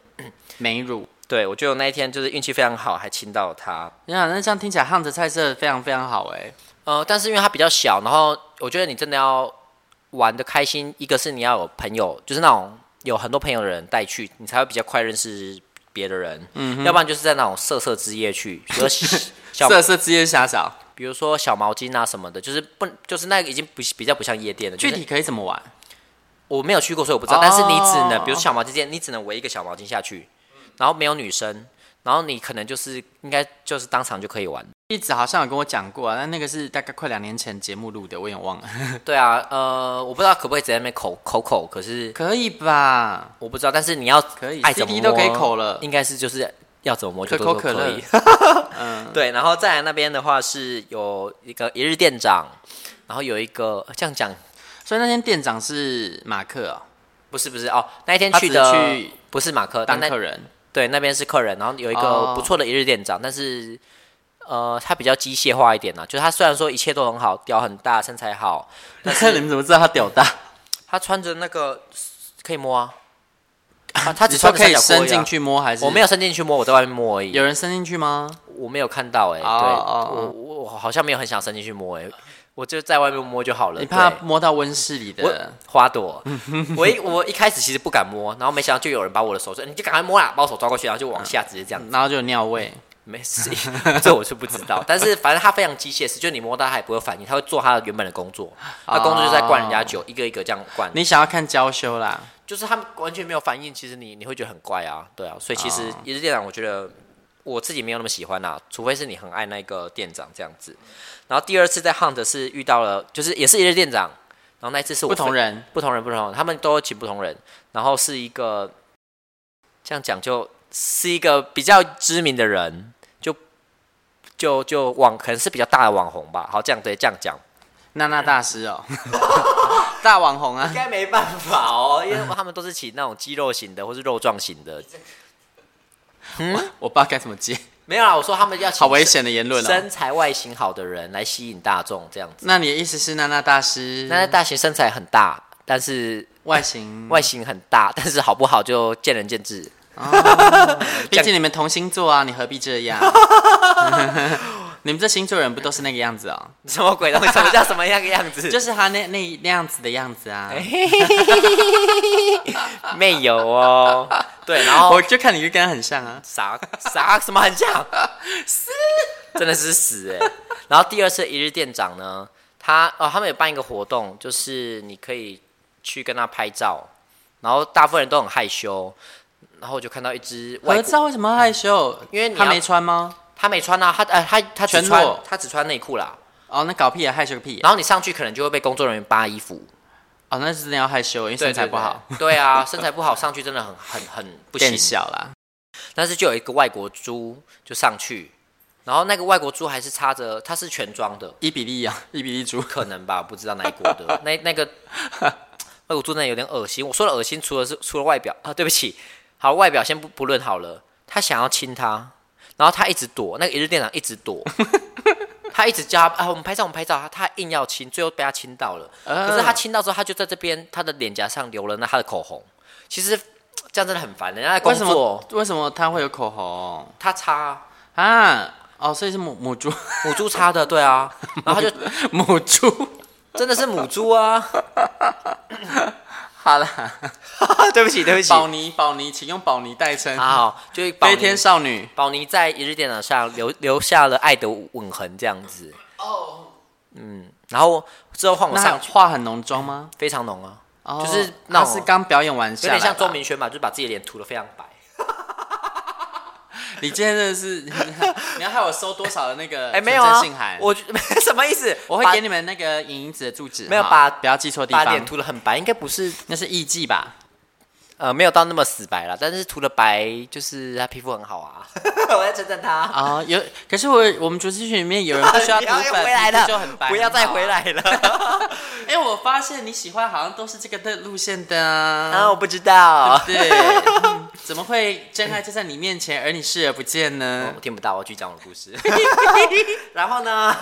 [SPEAKER 2] 美乳。
[SPEAKER 4] 对，我觉得我那一天就是运气非常好，还亲到他。
[SPEAKER 2] 你想，那这样听起来，汉子菜色非常非常好哎。
[SPEAKER 4] 呃，但是因为他比较小，然后我觉得你真的要玩的开心，一个是你要有朋友，就是那种有很多朋友的人带去，你才会比较快认识别的人。嗯，要不然就是在那种色色之夜 去，比如说小
[SPEAKER 2] 色色之夜瞎找，
[SPEAKER 4] 比如说小毛巾啊什么的，就是不就是那个已经不比较不像夜店了。
[SPEAKER 2] 具
[SPEAKER 4] 就是
[SPEAKER 2] 体可以怎么玩？
[SPEAKER 4] 我没有去过，所以我不知道。
[SPEAKER 2] 哦
[SPEAKER 4] 但是你只能，比如说小毛巾店，你只能围一个小毛巾下去，然后没有女生，然后你可能就是应该就是当场就可以玩。
[SPEAKER 2] 一直好像有跟我讲过啊，但那个是大概快两年前节目录的，我也忘了。
[SPEAKER 4] 对啊，呃，我不知道可不可以直接在那边口口口，可是
[SPEAKER 2] 可以吧？
[SPEAKER 4] 我不知道，但是你要
[SPEAKER 2] 可以
[SPEAKER 4] 爱怎么
[SPEAKER 2] CD
[SPEAKER 4] 摸
[SPEAKER 2] 都可以口了
[SPEAKER 4] 应该是就是要怎么摸就
[SPEAKER 2] 可口
[SPEAKER 4] 都都
[SPEAKER 2] 可乐
[SPEAKER 4] 以。对，然后再来那边的话是有一个一日店长，然后有一个这样讲
[SPEAKER 2] 所以那天店长是马克哦，
[SPEAKER 4] 不是不是哦，那一天
[SPEAKER 2] 他
[SPEAKER 4] 去
[SPEAKER 2] 只
[SPEAKER 4] 的
[SPEAKER 2] 去
[SPEAKER 4] 不是马克，但
[SPEAKER 2] 当
[SPEAKER 4] 那
[SPEAKER 2] 客人。
[SPEAKER 4] 对，那边是客人，然后有一
[SPEAKER 2] 哦
[SPEAKER 4] 个不错的一日店长，但是呃，他比较机械化一点啦，就是他虽然说一切都很好，屌很大，身材好，
[SPEAKER 2] 但是你们怎么知道他屌大？
[SPEAKER 4] 他穿着那个可以摸啊，他他
[SPEAKER 2] 你
[SPEAKER 4] 只
[SPEAKER 2] 说
[SPEAKER 4] 穿着
[SPEAKER 2] 可以
[SPEAKER 4] 三角
[SPEAKER 2] 伸
[SPEAKER 4] 裤而已啊
[SPEAKER 2] 进，去摸还是？
[SPEAKER 4] 我没有伸进去摸，我在外面摸而已，
[SPEAKER 2] 有人伸进去吗？
[SPEAKER 4] 我没有看到哎、欸，
[SPEAKER 2] 哦
[SPEAKER 4] 对，
[SPEAKER 2] 哦哦
[SPEAKER 4] 我我我好像没有很想伸进去摸哎、欸，我就在外面摸就好了，
[SPEAKER 2] 你怕
[SPEAKER 4] 对
[SPEAKER 2] 摸到温室里
[SPEAKER 4] 我
[SPEAKER 2] 的？
[SPEAKER 4] 花朵，我一我一开始其实不敢摸，然后没想到就有人把我的手说，你就赶快摸啦，把我手抓过去，然后就往下直接这样
[SPEAKER 2] 然后就有尿味。
[SPEAKER 4] 没事， 这我是不知道。但是反正他非常机械式，就是你摸到他也不会反应，他会做他原本的工作。他工作就是在灌人家
[SPEAKER 2] 哦
[SPEAKER 4] 酒，一个一个这样灌。
[SPEAKER 2] 你想要看娇羞啦？
[SPEAKER 4] 就是他们完全没有反应，其实你你会觉得很怪啊，对啊。所以其实
[SPEAKER 2] 哦
[SPEAKER 4] 一日店长，我觉得我自己没有那么喜欢啦、除非是你很爱那个店长这样子。然后第二次在 Hunt 是遇到了，就是也是一日店长，然后那一次是我
[SPEAKER 2] 不同
[SPEAKER 4] 分
[SPEAKER 2] 人
[SPEAKER 4] 不同人，不同人，他们都请不同人，然后是一个这样讲就是一个比较知名的人，就就就网可能是比较大的网红吧。好，这样对这样讲，
[SPEAKER 2] 娜娜大师 哦，大网红啊
[SPEAKER 4] 应，该没办法哦，因为 他们都是请那种肌肉型的或是肉壮型的。
[SPEAKER 2] 我不知道该怎么接，
[SPEAKER 4] 没有啦，我说他们要请
[SPEAKER 2] 好危险的言论哦。
[SPEAKER 4] 身材外形好的人来吸引大众这样子。
[SPEAKER 2] 那你的意思是娜娜大师，
[SPEAKER 4] 那大型身材很大，但是
[SPEAKER 2] 外形，
[SPEAKER 4] 外形很大， 但是好不好就见仁见智。
[SPEAKER 2] 毕竟你们同星座啊，你何必这 样？你们这星座人不都是那个样子哦？
[SPEAKER 4] 什么鬼东西？什么叫什么样个样子？
[SPEAKER 2] 就是 他那那那样子的样子啊。
[SPEAKER 4] 没有哦。对，然后
[SPEAKER 2] 我就看你就跟他很像啊。
[SPEAKER 4] 啥啥什么很像死，真的是死哎、然后第二次一日店长呢，他哦，他们有办一个活动，就是你可以去跟他拍照，然后大部分人都很害羞，然后我就看到一只外
[SPEAKER 2] 合
[SPEAKER 4] 国，
[SPEAKER 2] 照为什么害羞？
[SPEAKER 4] 因为你要
[SPEAKER 2] 他没穿吗？
[SPEAKER 4] 他没穿啊，他呃他他只
[SPEAKER 2] 全
[SPEAKER 4] 穿
[SPEAKER 2] 裸
[SPEAKER 4] 他只穿内裤啦，
[SPEAKER 2] 哦，那搞屁啊，害羞个屁啊！
[SPEAKER 4] 然后你上去可能就会被工作人员扒衣服，
[SPEAKER 2] 哦，那是真的要害羞，因为身材不好，
[SPEAKER 4] 对，对对啊，身材不好上去真的很很很不行
[SPEAKER 2] 变，小啦。
[SPEAKER 4] 但是就有一个外国猪就上去，然后那个外国猪还是插着，它是全装的，
[SPEAKER 2] 伊比利啊， 伊比利猪，
[SPEAKER 4] 可能吧，不知道哪一国的 那那个外国猪真的有点恶心。我说的恶心，除了是除了外表啊，对不起，好，外表先不不论好了，他想要亲她，然后他一直躲，那个一日店长一直 躲，他一直叫他啊，我们拍照，我们拍照，他他硬要亲，最后被他亲到了。可是他亲到之后，他就在这边他的脸颊上留了那他的口红。其实这样真的很烦，人欸家在工
[SPEAKER 2] 为什么
[SPEAKER 4] 作，
[SPEAKER 2] 为什么他会有口红
[SPEAKER 4] 他擦
[SPEAKER 2] 啊？哦，所以是母母猪，
[SPEAKER 4] 母猪擦的，对啊，然 后他就
[SPEAKER 2] 母猪。
[SPEAKER 4] 真的是母猪啊。
[SPEAKER 2] 好了，
[SPEAKER 4] 对不起，对不起，
[SPEAKER 2] 宝妮，宝妮，请用宝妮代称。
[SPEAKER 4] 好，就是宝
[SPEAKER 2] 飞
[SPEAKER 4] 妮
[SPEAKER 2] 天少女，
[SPEAKER 4] 宝妮在一日电脑上留留下了爱的吻痕，这样子。哦，嗯，然后之后换我
[SPEAKER 2] 那
[SPEAKER 4] 上去，
[SPEAKER 2] 化很浓妆吗？
[SPEAKER 4] 非常浓啊，
[SPEAKER 2] 哦
[SPEAKER 4] 就是那
[SPEAKER 2] 那
[SPEAKER 4] 种
[SPEAKER 2] 是刚表演完
[SPEAKER 4] 有
[SPEAKER 2] 下来
[SPEAKER 4] 点
[SPEAKER 2] 吧，
[SPEAKER 4] 像钟明轩吧，就是把自己的脸涂的非常白。
[SPEAKER 2] 你今天真的是， 你要害我收多少的那个
[SPEAKER 4] 哎，没有啊
[SPEAKER 2] 存证信函，
[SPEAKER 4] 我 什么意思？
[SPEAKER 2] 我会
[SPEAKER 4] 把
[SPEAKER 2] 给你们那个影音子的住址，
[SPEAKER 4] 没有
[SPEAKER 2] 哈
[SPEAKER 4] 把
[SPEAKER 2] 不要记错地
[SPEAKER 4] 把脸
[SPEAKER 2] 方，
[SPEAKER 4] 涂的很白，应该不是
[SPEAKER 2] 那是艺妓吧？
[SPEAKER 4] 呃没有到那么死白啦，但是涂的白就是他皮肤很好啊。 我在称赞他。
[SPEAKER 2] 哦，有，可是我我们主持群里面有人不 需要
[SPEAKER 4] 不
[SPEAKER 2] 涂
[SPEAKER 4] 要
[SPEAKER 2] 粉，
[SPEAKER 4] 又回
[SPEAKER 2] 皮
[SPEAKER 4] 来
[SPEAKER 2] 肤
[SPEAKER 4] 了，
[SPEAKER 2] 就很白，
[SPEAKER 4] 不要再回
[SPEAKER 2] 很好啊。
[SPEAKER 4] 来了。
[SPEAKER 2] 哎，我发现你喜欢好像都是这个的路线的
[SPEAKER 4] 啊，
[SPEAKER 2] 啊
[SPEAKER 4] 我。不知道，
[SPEAKER 2] 对，嗯怎么会真爱就在你面前，而你视而不见呢
[SPEAKER 4] 我？听不到，我要继续讲我的故 事。然后呢，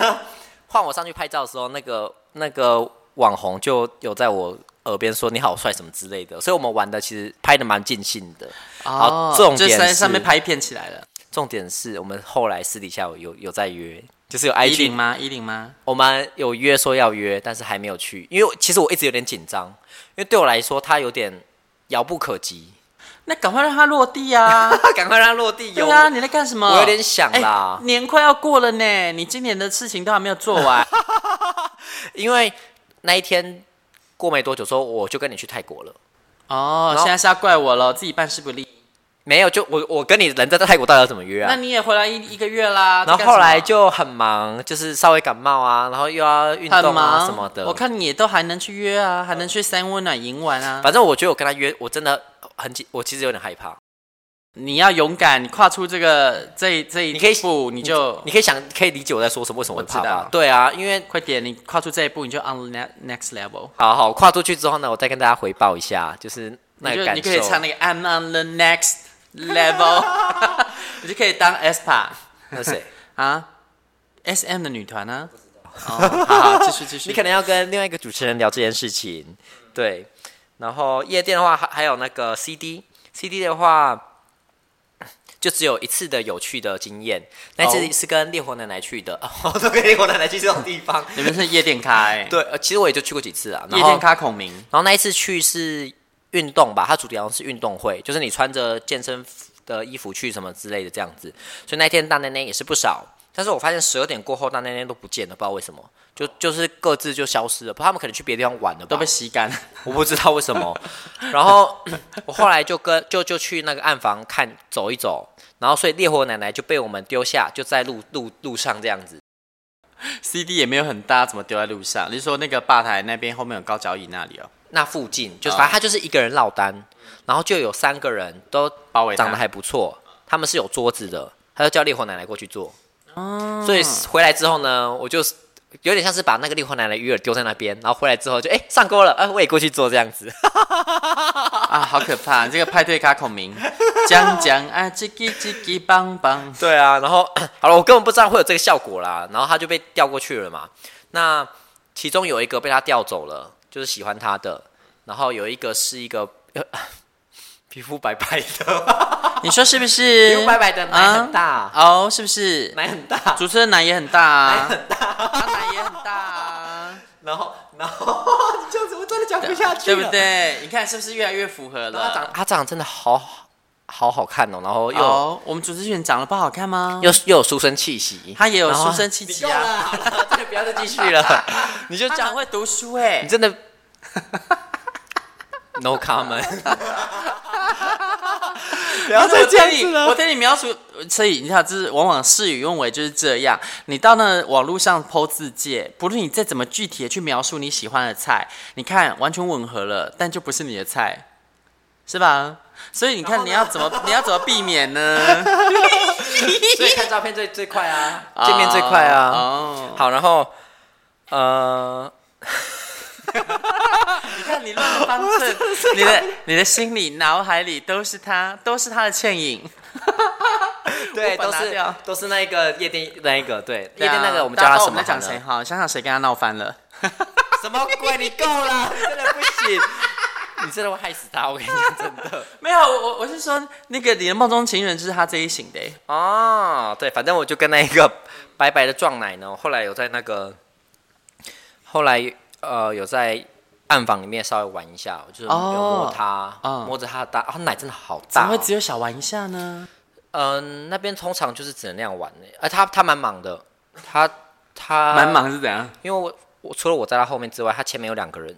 [SPEAKER 4] 换我上去拍照的时候，那个那个网红就有在我耳边说“你好帅”什么之类的，所以我们玩的其实拍的蛮尽兴的。好，哦重
[SPEAKER 2] 哦就
[SPEAKER 4] 点
[SPEAKER 2] 在
[SPEAKER 4] 是
[SPEAKER 2] 上面拍片起来了。
[SPEAKER 4] 重点是我们后来私底下有有有在约，就是有
[SPEAKER 2] 一零
[SPEAKER 4] IG，
[SPEAKER 2] 吗？一零吗？
[SPEAKER 4] 我们有约说要约，但是还没有去，因为我其实我一直有点紧张，因为对我来说他有点遥不可及，
[SPEAKER 2] 那赶快让它落地啊！
[SPEAKER 4] 赶快让他落 地。有
[SPEAKER 2] 对啊，你在干什么？
[SPEAKER 4] 我有点想啦
[SPEAKER 2] 哎年快要过了呢，你今年的事情都还没有做 完。
[SPEAKER 4] 因为那一天过没多久之后，我就跟你去泰国了。
[SPEAKER 2] 哦，
[SPEAKER 4] 然后
[SPEAKER 2] 现在是要怪我了，自己办事不力。
[SPEAKER 4] 没有，就我我跟你人在泰国到底要怎么约
[SPEAKER 2] 那
[SPEAKER 4] 啊？
[SPEAKER 2] 你也回来一一个月啦，
[SPEAKER 4] 然
[SPEAKER 2] 在干
[SPEAKER 4] 后
[SPEAKER 2] 什么啊
[SPEAKER 4] 后来就很忙，就是稍微感冒啊，然后又要运
[SPEAKER 2] 很
[SPEAKER 4] 动
[SPEAKER 2] 忙
[SPEAKER 4] 啊什么的。
[SPEAKER 2] 我，看你也都还能去约啊，还能去三温暖营玩啊。
[SPEAKER 4] 反正我觉得我跟他约，我真的很紧，我其实有点害怕。
[SPEAKER 2] 你要勇敢，你跨出这个这这一
[SPEAKER 4] 你可以
[SPEAKER 2] 步，你就
[SPEAKER 4] 你可以想，可以理解我在说什么，为什么会怕
[SPEAKER 2] 我知道
[SPEAKER 4] 吧？对啊，因为
[SPEAKER 2] 快点，你跨出这一步，你就 on the ne- next level。
[SPEAKER 4] 好好跨出去之后呢，我再跟大家回报一下，就是那
[SPEAKER 2] 你
[SPEAKER 4] 个
[SPEAKER 2] 就
[SPEAKER 4] 感
[SPEAKER 2] 你
[SPEAKER 4] 受。
[SPEAKER 2] 可以唱那个 I'm on the next level，你就可以当 aespa
[SPEAKER 4] 那谁？
[SPEAKER 2] 啊，S M 的女团啊。哦，好，好继续继续。
[SPEAKER 4] 你可能要跟另外一个主持人聊这件事情，对。然后夜店的话，还还有那个 CD，CD 的话，就只有一次的有趣的经验，那次
[SPEAKER 2] 哦
[SPEAKER 4] 是跟烈火奶奶去的， 哦，都跟烈火奶奶去这种地方。
[SPEAKER 2] 你们是夜店咖哎、
[SPEAKER 4] 对，呃，其实我也就去过几次啊。然
[SPEAKER 2] 夜
[SPEAKER 4] 后
[SPEAKER 2] 店，咖孔明
[SPEAKER 4] 然后那一次去是运动吧，它主题好像是运动会，就是你穿着健身服的衣服去什么之类的这样子。所以那一天大奶奶也是不少，但是我发现十二点过后大奶奶都不见了，不知道为什么，就就是各自就消失了。他们可能去别的地方玩了吧，
[SPEAKER 2] 都被吸干，
[SPEAKER 4] 我不知道为什么。然后我后来就跟就就去那个暗房看走一走，然后所以烈火奶奶就被我们丢下，就在路路路上这样子。
[SPEAKER 2] CD 也没有很大，怎么丢在路上？你是说那个吧台那边后面有高脚椅那里哦？
[SPEAKER 4] 那附近就
[SPEAKER 2] 哦
[SPEAKER 4] 是反正他就是一个人落单，然后就有三个人都
[SPEAKER 2] 包围他
[SPEAKER 4] 长得还不错，他们是有桌子的，他就叫烈火奶奶过去坐。
[SPEAKER 2] 嗯
[SPEAKER 4] 所以回来之后呢，我就是有点像是把那个烈火奶奶鱼饵丢在那边，然后回来之后就哎、上钩了，哎、我也过去坐这 样子。
[SPEAKER 2] 啊，好可 怕！这个派对咖孔明，讲讲啊，叽叽叽叽棒棒。
[SPEAKER 4] 对啊，然后 好了，我根本不知道会有这个效果啦，然后他就被调过去了嘛。那其中有一个被他调走了，就是喜欢他的，然后有一个是一个、呃、 皮肤白白的，
[SPEAKER 2] 你说是不
[SPEAKER 4] 皮
[SPEAKER 2] 是？
[SPEAKER 4] 肤白白的奶很大，
[SPEAKER 2] 啊哦，是不是？
[SPEAKER 4] 奶很大，
[SPEAKER 2] 主持人奶也很大、啊，奶很大，他奶也很大、啊，
[SPEAKER 4] 然后然后这样子我真的讲不下去
[SPEAKER 2] 对
[SPEAKER 4] 了，
[SPEAKER 2] 不？对？你看是不是越来越符合
[SPEAKER 4] 然后他
[SPEAKER 2] 了？
[SPEAKER 4] 长他长得真的好好好看哦，然后又、
[SPEAKER 2] 哦，我们主持人长得不好看吗？
[SPEAKER 4] 又又有书生气息，
[SPEAKER 2] 他也有
[SPEAKER 4] 然后
[SPEAKER 2] 书生气息
[SPEAKER 4] 你够了
[SPEAKER 2] 啊，
[SPEAKER 4] 好了真的不要再继续 了，你就
[SPEAKER 2] 他
[SPEAKER 4] 讲
[SPEAKER 2] 很会读书哎、
[SPEAKER 4] 你真的 no comment。不要再这样子
[SPEAKER 2] 我
[SPEAKER 4] 了。
[SPEAKER 2] 对你描述，所以你看，就是往往事与愿违就是这样。你到那网络上剖字界，不论你再怎么具体的去描述你喜欢的菜，你看完全吻合了，但就不是你的菜，是吧？所以你看你要怎么你要怎么避免 呢？
[SPEAKER 4] 所以看照片最最快啊， 见面最快啊。
[SPEAKER 2] 哦，
[SPEAKER 4] 好，然后呃，
[SPEAKER 2] 你看你乱了方寸，你的你的心里脑海里都是他，都是他的倩影。
[SPEAKER 4] 对，
[SPEAKER 2] 我把
[SPEAKER 4] 都
[SPEAKER 2] 它拿
[SPEAKER 4] 是
[SPEAKER 2] 掉
[SPEAKER 4] 都是那一个夜店那一个，对，
[SPEAKER 2] 对
[SPEAKER 4] 夜
[SPEAKER 2] 啊
[SPEAKER 4] 店那个我们叫
[SPEAKER 2] 大家知
[SPEAKER 4] 他
[SPEAKER 2] 道我
[SPEAKER 4] 什么
[SPEAKER 2] 们在讲
[SPEAKER 4] 好呢？
[SPEAKER 2] 谁哈？想想谁跟他闹翻了。
[SPEAKER 4] 什么鬼？你够了， 真的不行，你真的会害死他，我跟你讲，真的。
[SPEAKER 2] 没有，我我我是说，那个你的梦中情人就是他这一型的欸、
[SPEAKER 4] 哦，对，反正我就跟那一个白白的壮奶呢，后来有在那个，后来呃有在暗房里面稍微玩一下，我就是有摸
[SPEAKER 2] 哦
[SPEAKER 4] 他，
[SPEAKER 2] 嗯
[SPEAKER 4] 摸着他的大，啊他、奶真的好
[SPEAKER 2] 怎么
[SPEAKER 4] 大、
[SPEAKER 2] 会
[SPEAKER 4] 哦。
[SPEAKER 2] 只有小玩一下呢？
[SPEAKER 4] 嗯，那边通常就是只能那样玩的，哎、他他蛮忙的，他他，
[SPEAKER 2] 忙是怎样？
[SPEAKER 4] 因为我我除了我在他后面之外，他前面有两个人，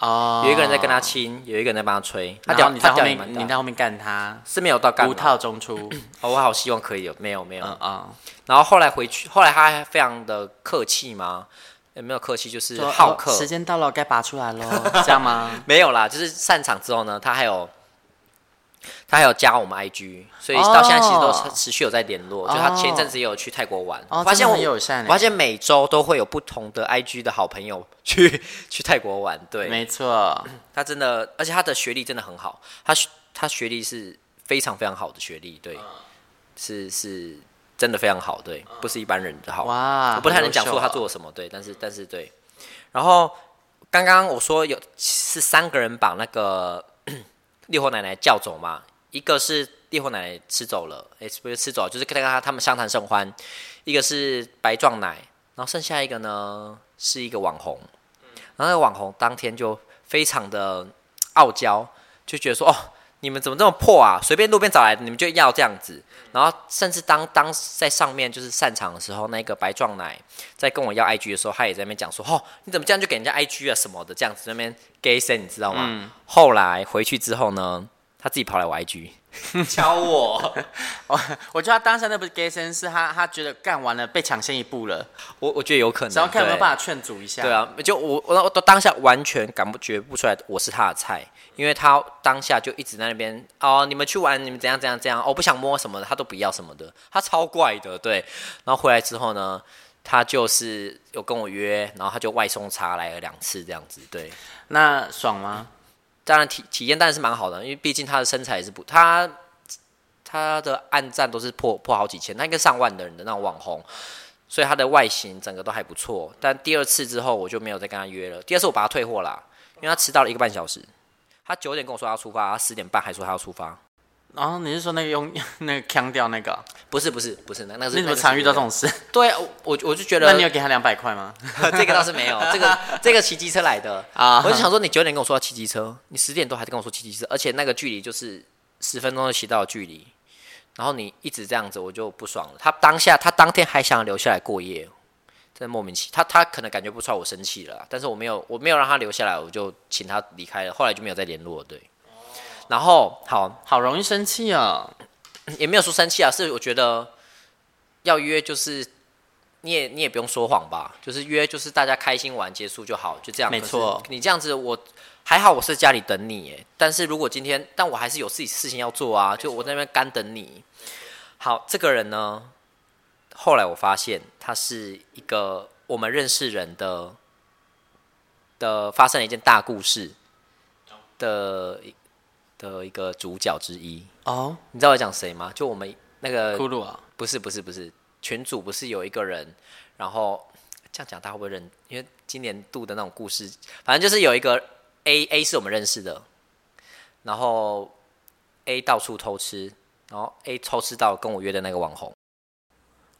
[SPEAKER 2] 哦，啊
[SPEAKER 4] 有一个人在跟他亲，有一个人在帮他吹，他
[SPEAKER 2] 然
[SPEAKER 4] 屌
[SPEAKER 2] 后你在
[SPEAKER 4] 他
[SPEAKER 2] 后
[SPEAKER 4] 屌也
[SPEAKER 2] 面，
[SPEAKER 4] 蛮
[SPEAKER 2] 你
[SPEAKER 4] 大
[SPEAKER 2] 在后面干他，
[SPEAKER 4] 是没有到干
[SPEAKER 2] 无
[SPEAKER 4] 嘛
[SPEAKER 2] 套中出。
[SPEAKER 4] 哦，我好希望可以有，没有没有，
[SPEAKER 2] 嗯嗯，
[SPEAKER 4] 然后后来回去，后来他还非常的客气吗？也没有客气，就是
[SPEAKER 2] 说
[SPEAKER 4] 好
[SPEAKER 2] 哦
[SPEAKER 4] 客，
[SPEAKER 2] 时间到了，该拔出 来喽，这样吗？
[SPEAKER 4] 没有啦，就是散场之后呢，他还有他还有加我们 IG，所以
[SPEAKER 2] 哦
[SPEAKER 4] 到现在其实都持持续有在联络。就他
[SPEAKER 2] 哦
[SPEAKER 4] 前一阵子也有去泰国玩，
[SPEAKER 2] 哦
[SPEAKER 4] 我发现
[SPEAKER 2] 真的
[SPEAKER 4] 我
[SPEAKER 2] 很友善欸
[SPEAKER 4] 我发现每周都会有不同的 IG 的好朋友去去泰国玩。对，
[SPEAKER 2] 没错，
[SPEAKER 4] 他真的，而且他的学历真的很好，他学他学历是非常非常好的学历，对，
[SPEAKER 2] 嗯
[SPEAKER 4] 是是真的非常好，对，不是一般人的好。
[SPEAKER 2] 哇
[SPEAKER 4] 我不太能
[SPEAKER 2] 好优秀
[SPEAKER 4] 讲出他
[SPEAKER 2] 啊
[SPEAKER 4] 做了什么，对，但是但是对。然后刚刚我说有是三个人把那个 烈火奶奶叫走嘛，一个是烈火奶奶吃走了，诶，不是吃走了，就是跟他他们相谈甚欢；一个是白壮奶，然后剩下一个呢是一个网红，然后那个网红当天就非常的傲娇，就觉得说哦。你们怎么这么破啊？随便路边找来的，你们就要这样子。然后甚至当当在上面就是散场的时候，那个白壮奶在跟我要 IG 的时候，他也在那边讲说：“哦，你怎么这样就给人家 IG 啊什么的，这样子在那边 gay 声，你知道吗？”
[SPEAKER 2] 嗯
[SPEAKER 4] 后来回去之后呢，他自己跑来我 IG 敲我，
[SPEAKER 2] 我我觉得他当下那不是 gay 声，是他他觉得干完了被抢先一步了，
[SPEAKER 4] 我我觉得有可能，
[SPEAKER 2] 然后看有没有
[SPEAKER 4] 对
[SPEAKER 2] 办法劝阻一下。
[SPEAKER 4] 嗯对，啊，就我我我当下完全感不觉不出来我是他的菜，因为他当下就一直在那边哦，你们去玩，你们怎样怎样怎样，哦，不想摸什么的，他都不要什么的，他超怪的，对。然后回来之后呢，他就是有跟我约，然后他就外送茶来了两次这样子，对。
[SPEAKER 2] 那爽吗？
[SPEAKER 4] 当然体体验当然是蛮好的，因为毕竟他的身材也是不，他他的暗赞都是破破好几千，他应该上万的人的那种网红，所以他的外形整个都还不错。但第二次之后我就没有再跟他约了，第二次我把他退货啦，因为他迟到了一个半小时。他九点跟我说他要出发，他十点半还说他要出发。
[SPEAKER 2] 然后你是说那个用 那个腔调那个？
[SPEAKER 4] 不是不是不是，那那个是
[SPEAKER 2] 你怎么
[SPEAKER 4] 那个是
[SPEAKER 2] 常遇到这种事？
[SPEAKER 4] 对啊，我我我就觉得
[SPEAKER 2] 那你有给他两百块吗？
[SPEAKER 4] 这个倒是没有，这个这个骑机车来的
[SPEAKER 2] 啊
[SPEAKER 4] 我就想说，你九点跟我说要骑机车，啊你十点多还在跟我说骑机车，而且那个距离就是十分钟就骑到的距离，然后你一直这样子，我就不爽了。他当下他当天还想留下来过夜，真的莫名其他他可能感觉不出来我生气了啦，啊但是我没有我没有让他留下来，我就请他离开了，后来就没有再联络了对。然后好，
[SPEAKER 2] 好容易生气哦。
[SPEAKER 4] 也没有说生气啊，是我觉得要约就是你也你也不用说谎吧，就是约就是大家开心玩结束就好，就这样。
[SPEAKER 2] 没错
[SPEAKER 4] 可是你这样子我还好，我是在家里等你耶。但是如果今天，但我还是有自己事情要做啊，就我在那边干等你。好，这个人呢，后来我发现他是一个我们认识人的的发生了一件大故事的的一个主角之一。
[SPEAKER 2] 哦，
[SPEAKER 4] 你知道我讲谁吗？就我们那个
[SPEAKER 2] 咕噜啊，
[SPEAKER 4] 不是不是不是群主不是有一个人，然后这样讲大家会不会认？因为今年度的那种故事，反正就是有一个 A A 是我们认识的，然后 A 到处偷吃，然后 A 偷吃到跟我约的那个网红，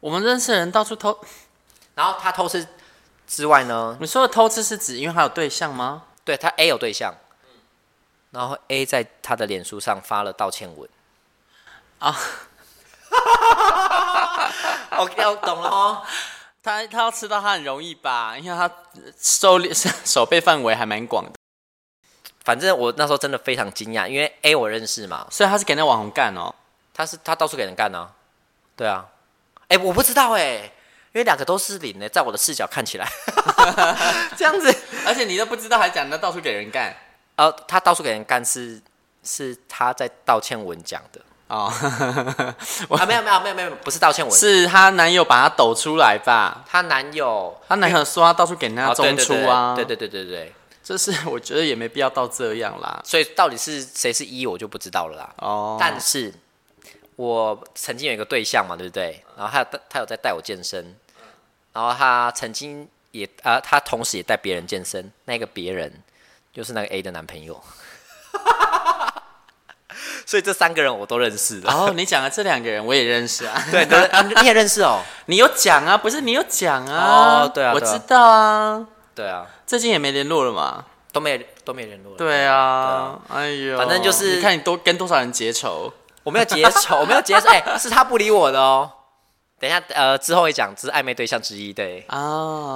[SPEAKER 2] 我们认识的人到处偷。
[SPEAKER 4] 然后他偷吃之外呢，
[SPEAKER 2] 你说的偷吃是指因为他有对象吗？
[SPEAKER 4] 对他 A 有对象，然后 A 在他的脸书上发了道歉文
[SPEAKER 2] 啊。
[SPEAKER 4] OK，我懂了哦。
[SPEAKER 2] 他他要吃到他很容易吧，因为他狩猎 手背范围还蛮广的，
[SPEAKER 4] 反正我那时候真的非常惊讶，因为 A 我认识嘛，
[SPEAKER 2] 所以他是给那网红干哦。
[SPEAKER 4] 他是他到处给人干啊，对啊，哎、我不知道哎、因为两个都是零呢、在我的视角看起来， 这样子，
[SPEAKER 2] 而且你都不知道，还讲他到处给人干
[SPEAKER 4] 呃，他到处给人干是是他在道歉文讲的
[SPEAKER 2] 哦。
[SPEAKER 4] 啊，没有没有没有没有，不是道歉文，
[SPEAKER 2] 是她男友把她抖出来吧？
[SPEAKER 4] 她男友
[SPEAKER 2] 她男友说她到处给人家
[SPEAKER 4] 哦对
[SPEAKER 2] 中
[SPEAKER 4] 对
[SPEAKER 2] 出
[SPEAKER 4] 对
[SPEAKER 2] 啊，
[SPEAKER 4] 对对对对对，
[SPEAKER 2] 就是我觉得也没必要到这样啦。
[SPEAKER 4] 所以到底是谁是一，我就不知道了啦。
[SPEAKER 2] 哦，
[SPEAKER 4] 但是我曾经有一个对象嘛，对不对？然后他有他有在带我健身，然后他曾经也啊、他同时也带别人健身，那个别人就是那个 A 的男朋 友。所以这三个人我都认识的，
[SPEAKER 2] 哦，你讲的这两个人我也认识 啊。
[SPEAKER 4] 对，都认啊你也认识哦？
[SPEAKER 2] 你有讲啊，不是你有讲啊？
[SPEAKER 4] 哦对啊
[SPEAKER 2] 我
[SPEAKER 4] 对啊
[SPEAKER 2] 知道啊。
[SPEAKER 4] 对啊，
[SPEAKER 2] 最近也没联络了嘛。
[SPEAKER 4] 都没都没联络了。
[SPEAKER 2] 对啊，哎呦，
[SPEAKER 4] 反正就是
[SPEAKER 2] 你看你多跟多少人结仇，
[SPEAKER 4] 我没有结仇，我没有结仇，哎、是他不理我的哦。等一下，呃，之后会讲，这是暧昧对象之一，对，
[SPEAKER 2] 啊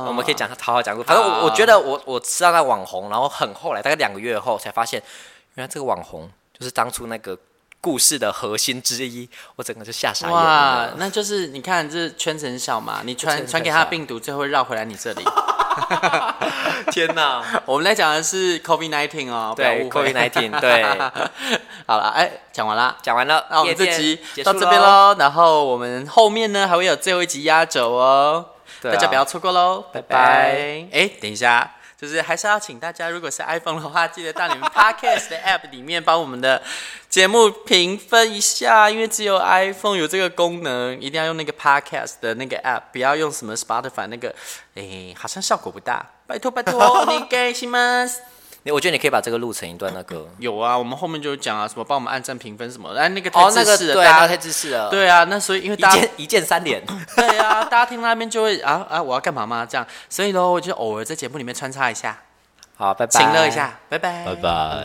[SPEAKER 4] 我们可以讲，好好讲。反正我我觉得我我知道那网红，然后很后来，大概两个月后才发现，原来这个网红就是当初那个故事的核心之一，我整个就吓傻眼
[SPEAKER 2] 哇，
[SPEAKER 4] 了。
[SPEAKER 2] 那就是你看，这圈子很小嘛，你
[SPEAKER 4] 圈
[SPEAKER 2] 传
[SPEAKER 4] 子
[SPEAKER 2] 传给
[SPEAKER 4] 很小
[SPEAKER 2] 他病毒，最后绕回来你这里。
[SPEAKER 4] 天哪！
[SPEAKER 2] 我们在讲的是 COVID nineteen 哦，不要
[SPEAKER 4] 对
[SPEAKER 2] 误会
[SPEAKER 4] ，COVID 1 9对，
[SPEAKER 2] 好了，哎，讲完啦。
[SPEAKER 4] 讲完了，
[SPEAKER 2] 那我们这
[SPEAKER 4] 夜店
[SPEAKER 2] 集
[SPEAKER 4] 结束
[SPEAKER 2] 到这边。喽，然后我们后面呢还会有最后一集压轴哦，
[SPEAKER 4] 对啊
[SPEAKER 2] 大家不要错过喽，
[SPEAKER 4] 拜
[SPEAKER 2] 拜
[SPEAKER 4] 拜
[SPEAKER 2] 拜。哎，等一下，就是还是要请大家，如果是 iPhone 的话，记得到你们 Podcast 的 App 里面帮我们的节目评分一下，因为只有 iPhone 有这个功能，一定要用那个 Podcast 的那个 App，不要用什么 Spotify 那个，哎，好像效果不大。拜托拜 托，你给什么？
[SPEAKER 4] 你我觉得你可以把这个录成一段那个，
[SPEAKER 2] 有啊，我们后面就讲啊，什么帮我们按赞评分什么的，哎，那个太
[SPEAKER 4] 哦，
[SPEAKER 2] 自
[SPEAKER 4] 那个
[SPEAKER 2] 私了
[SPEAKER 4] 对
[SPEAKER 2] 大
[SPEAKER 4] 啊，
[SPEAKER 2] 家
[SPEAKER 4] 太自私了。，
[SPEAKER 2] 对啊，那所以因为
[SPEAKER 4] 一
[SPEAKER 2] 大家
[SPEAKER 4] 键一键三连。
[SPEAKER 2] 对啊，大家听到那边就会啊啊，我要干嘛吗？这样，所以呢，我就偶尔在节目里面穿插一下，
[SPEAKER 4] 好，拜拜。
[SPEAKER 2] 请乐一，下，拜拜。
[SPEAKER 4] 拜拜。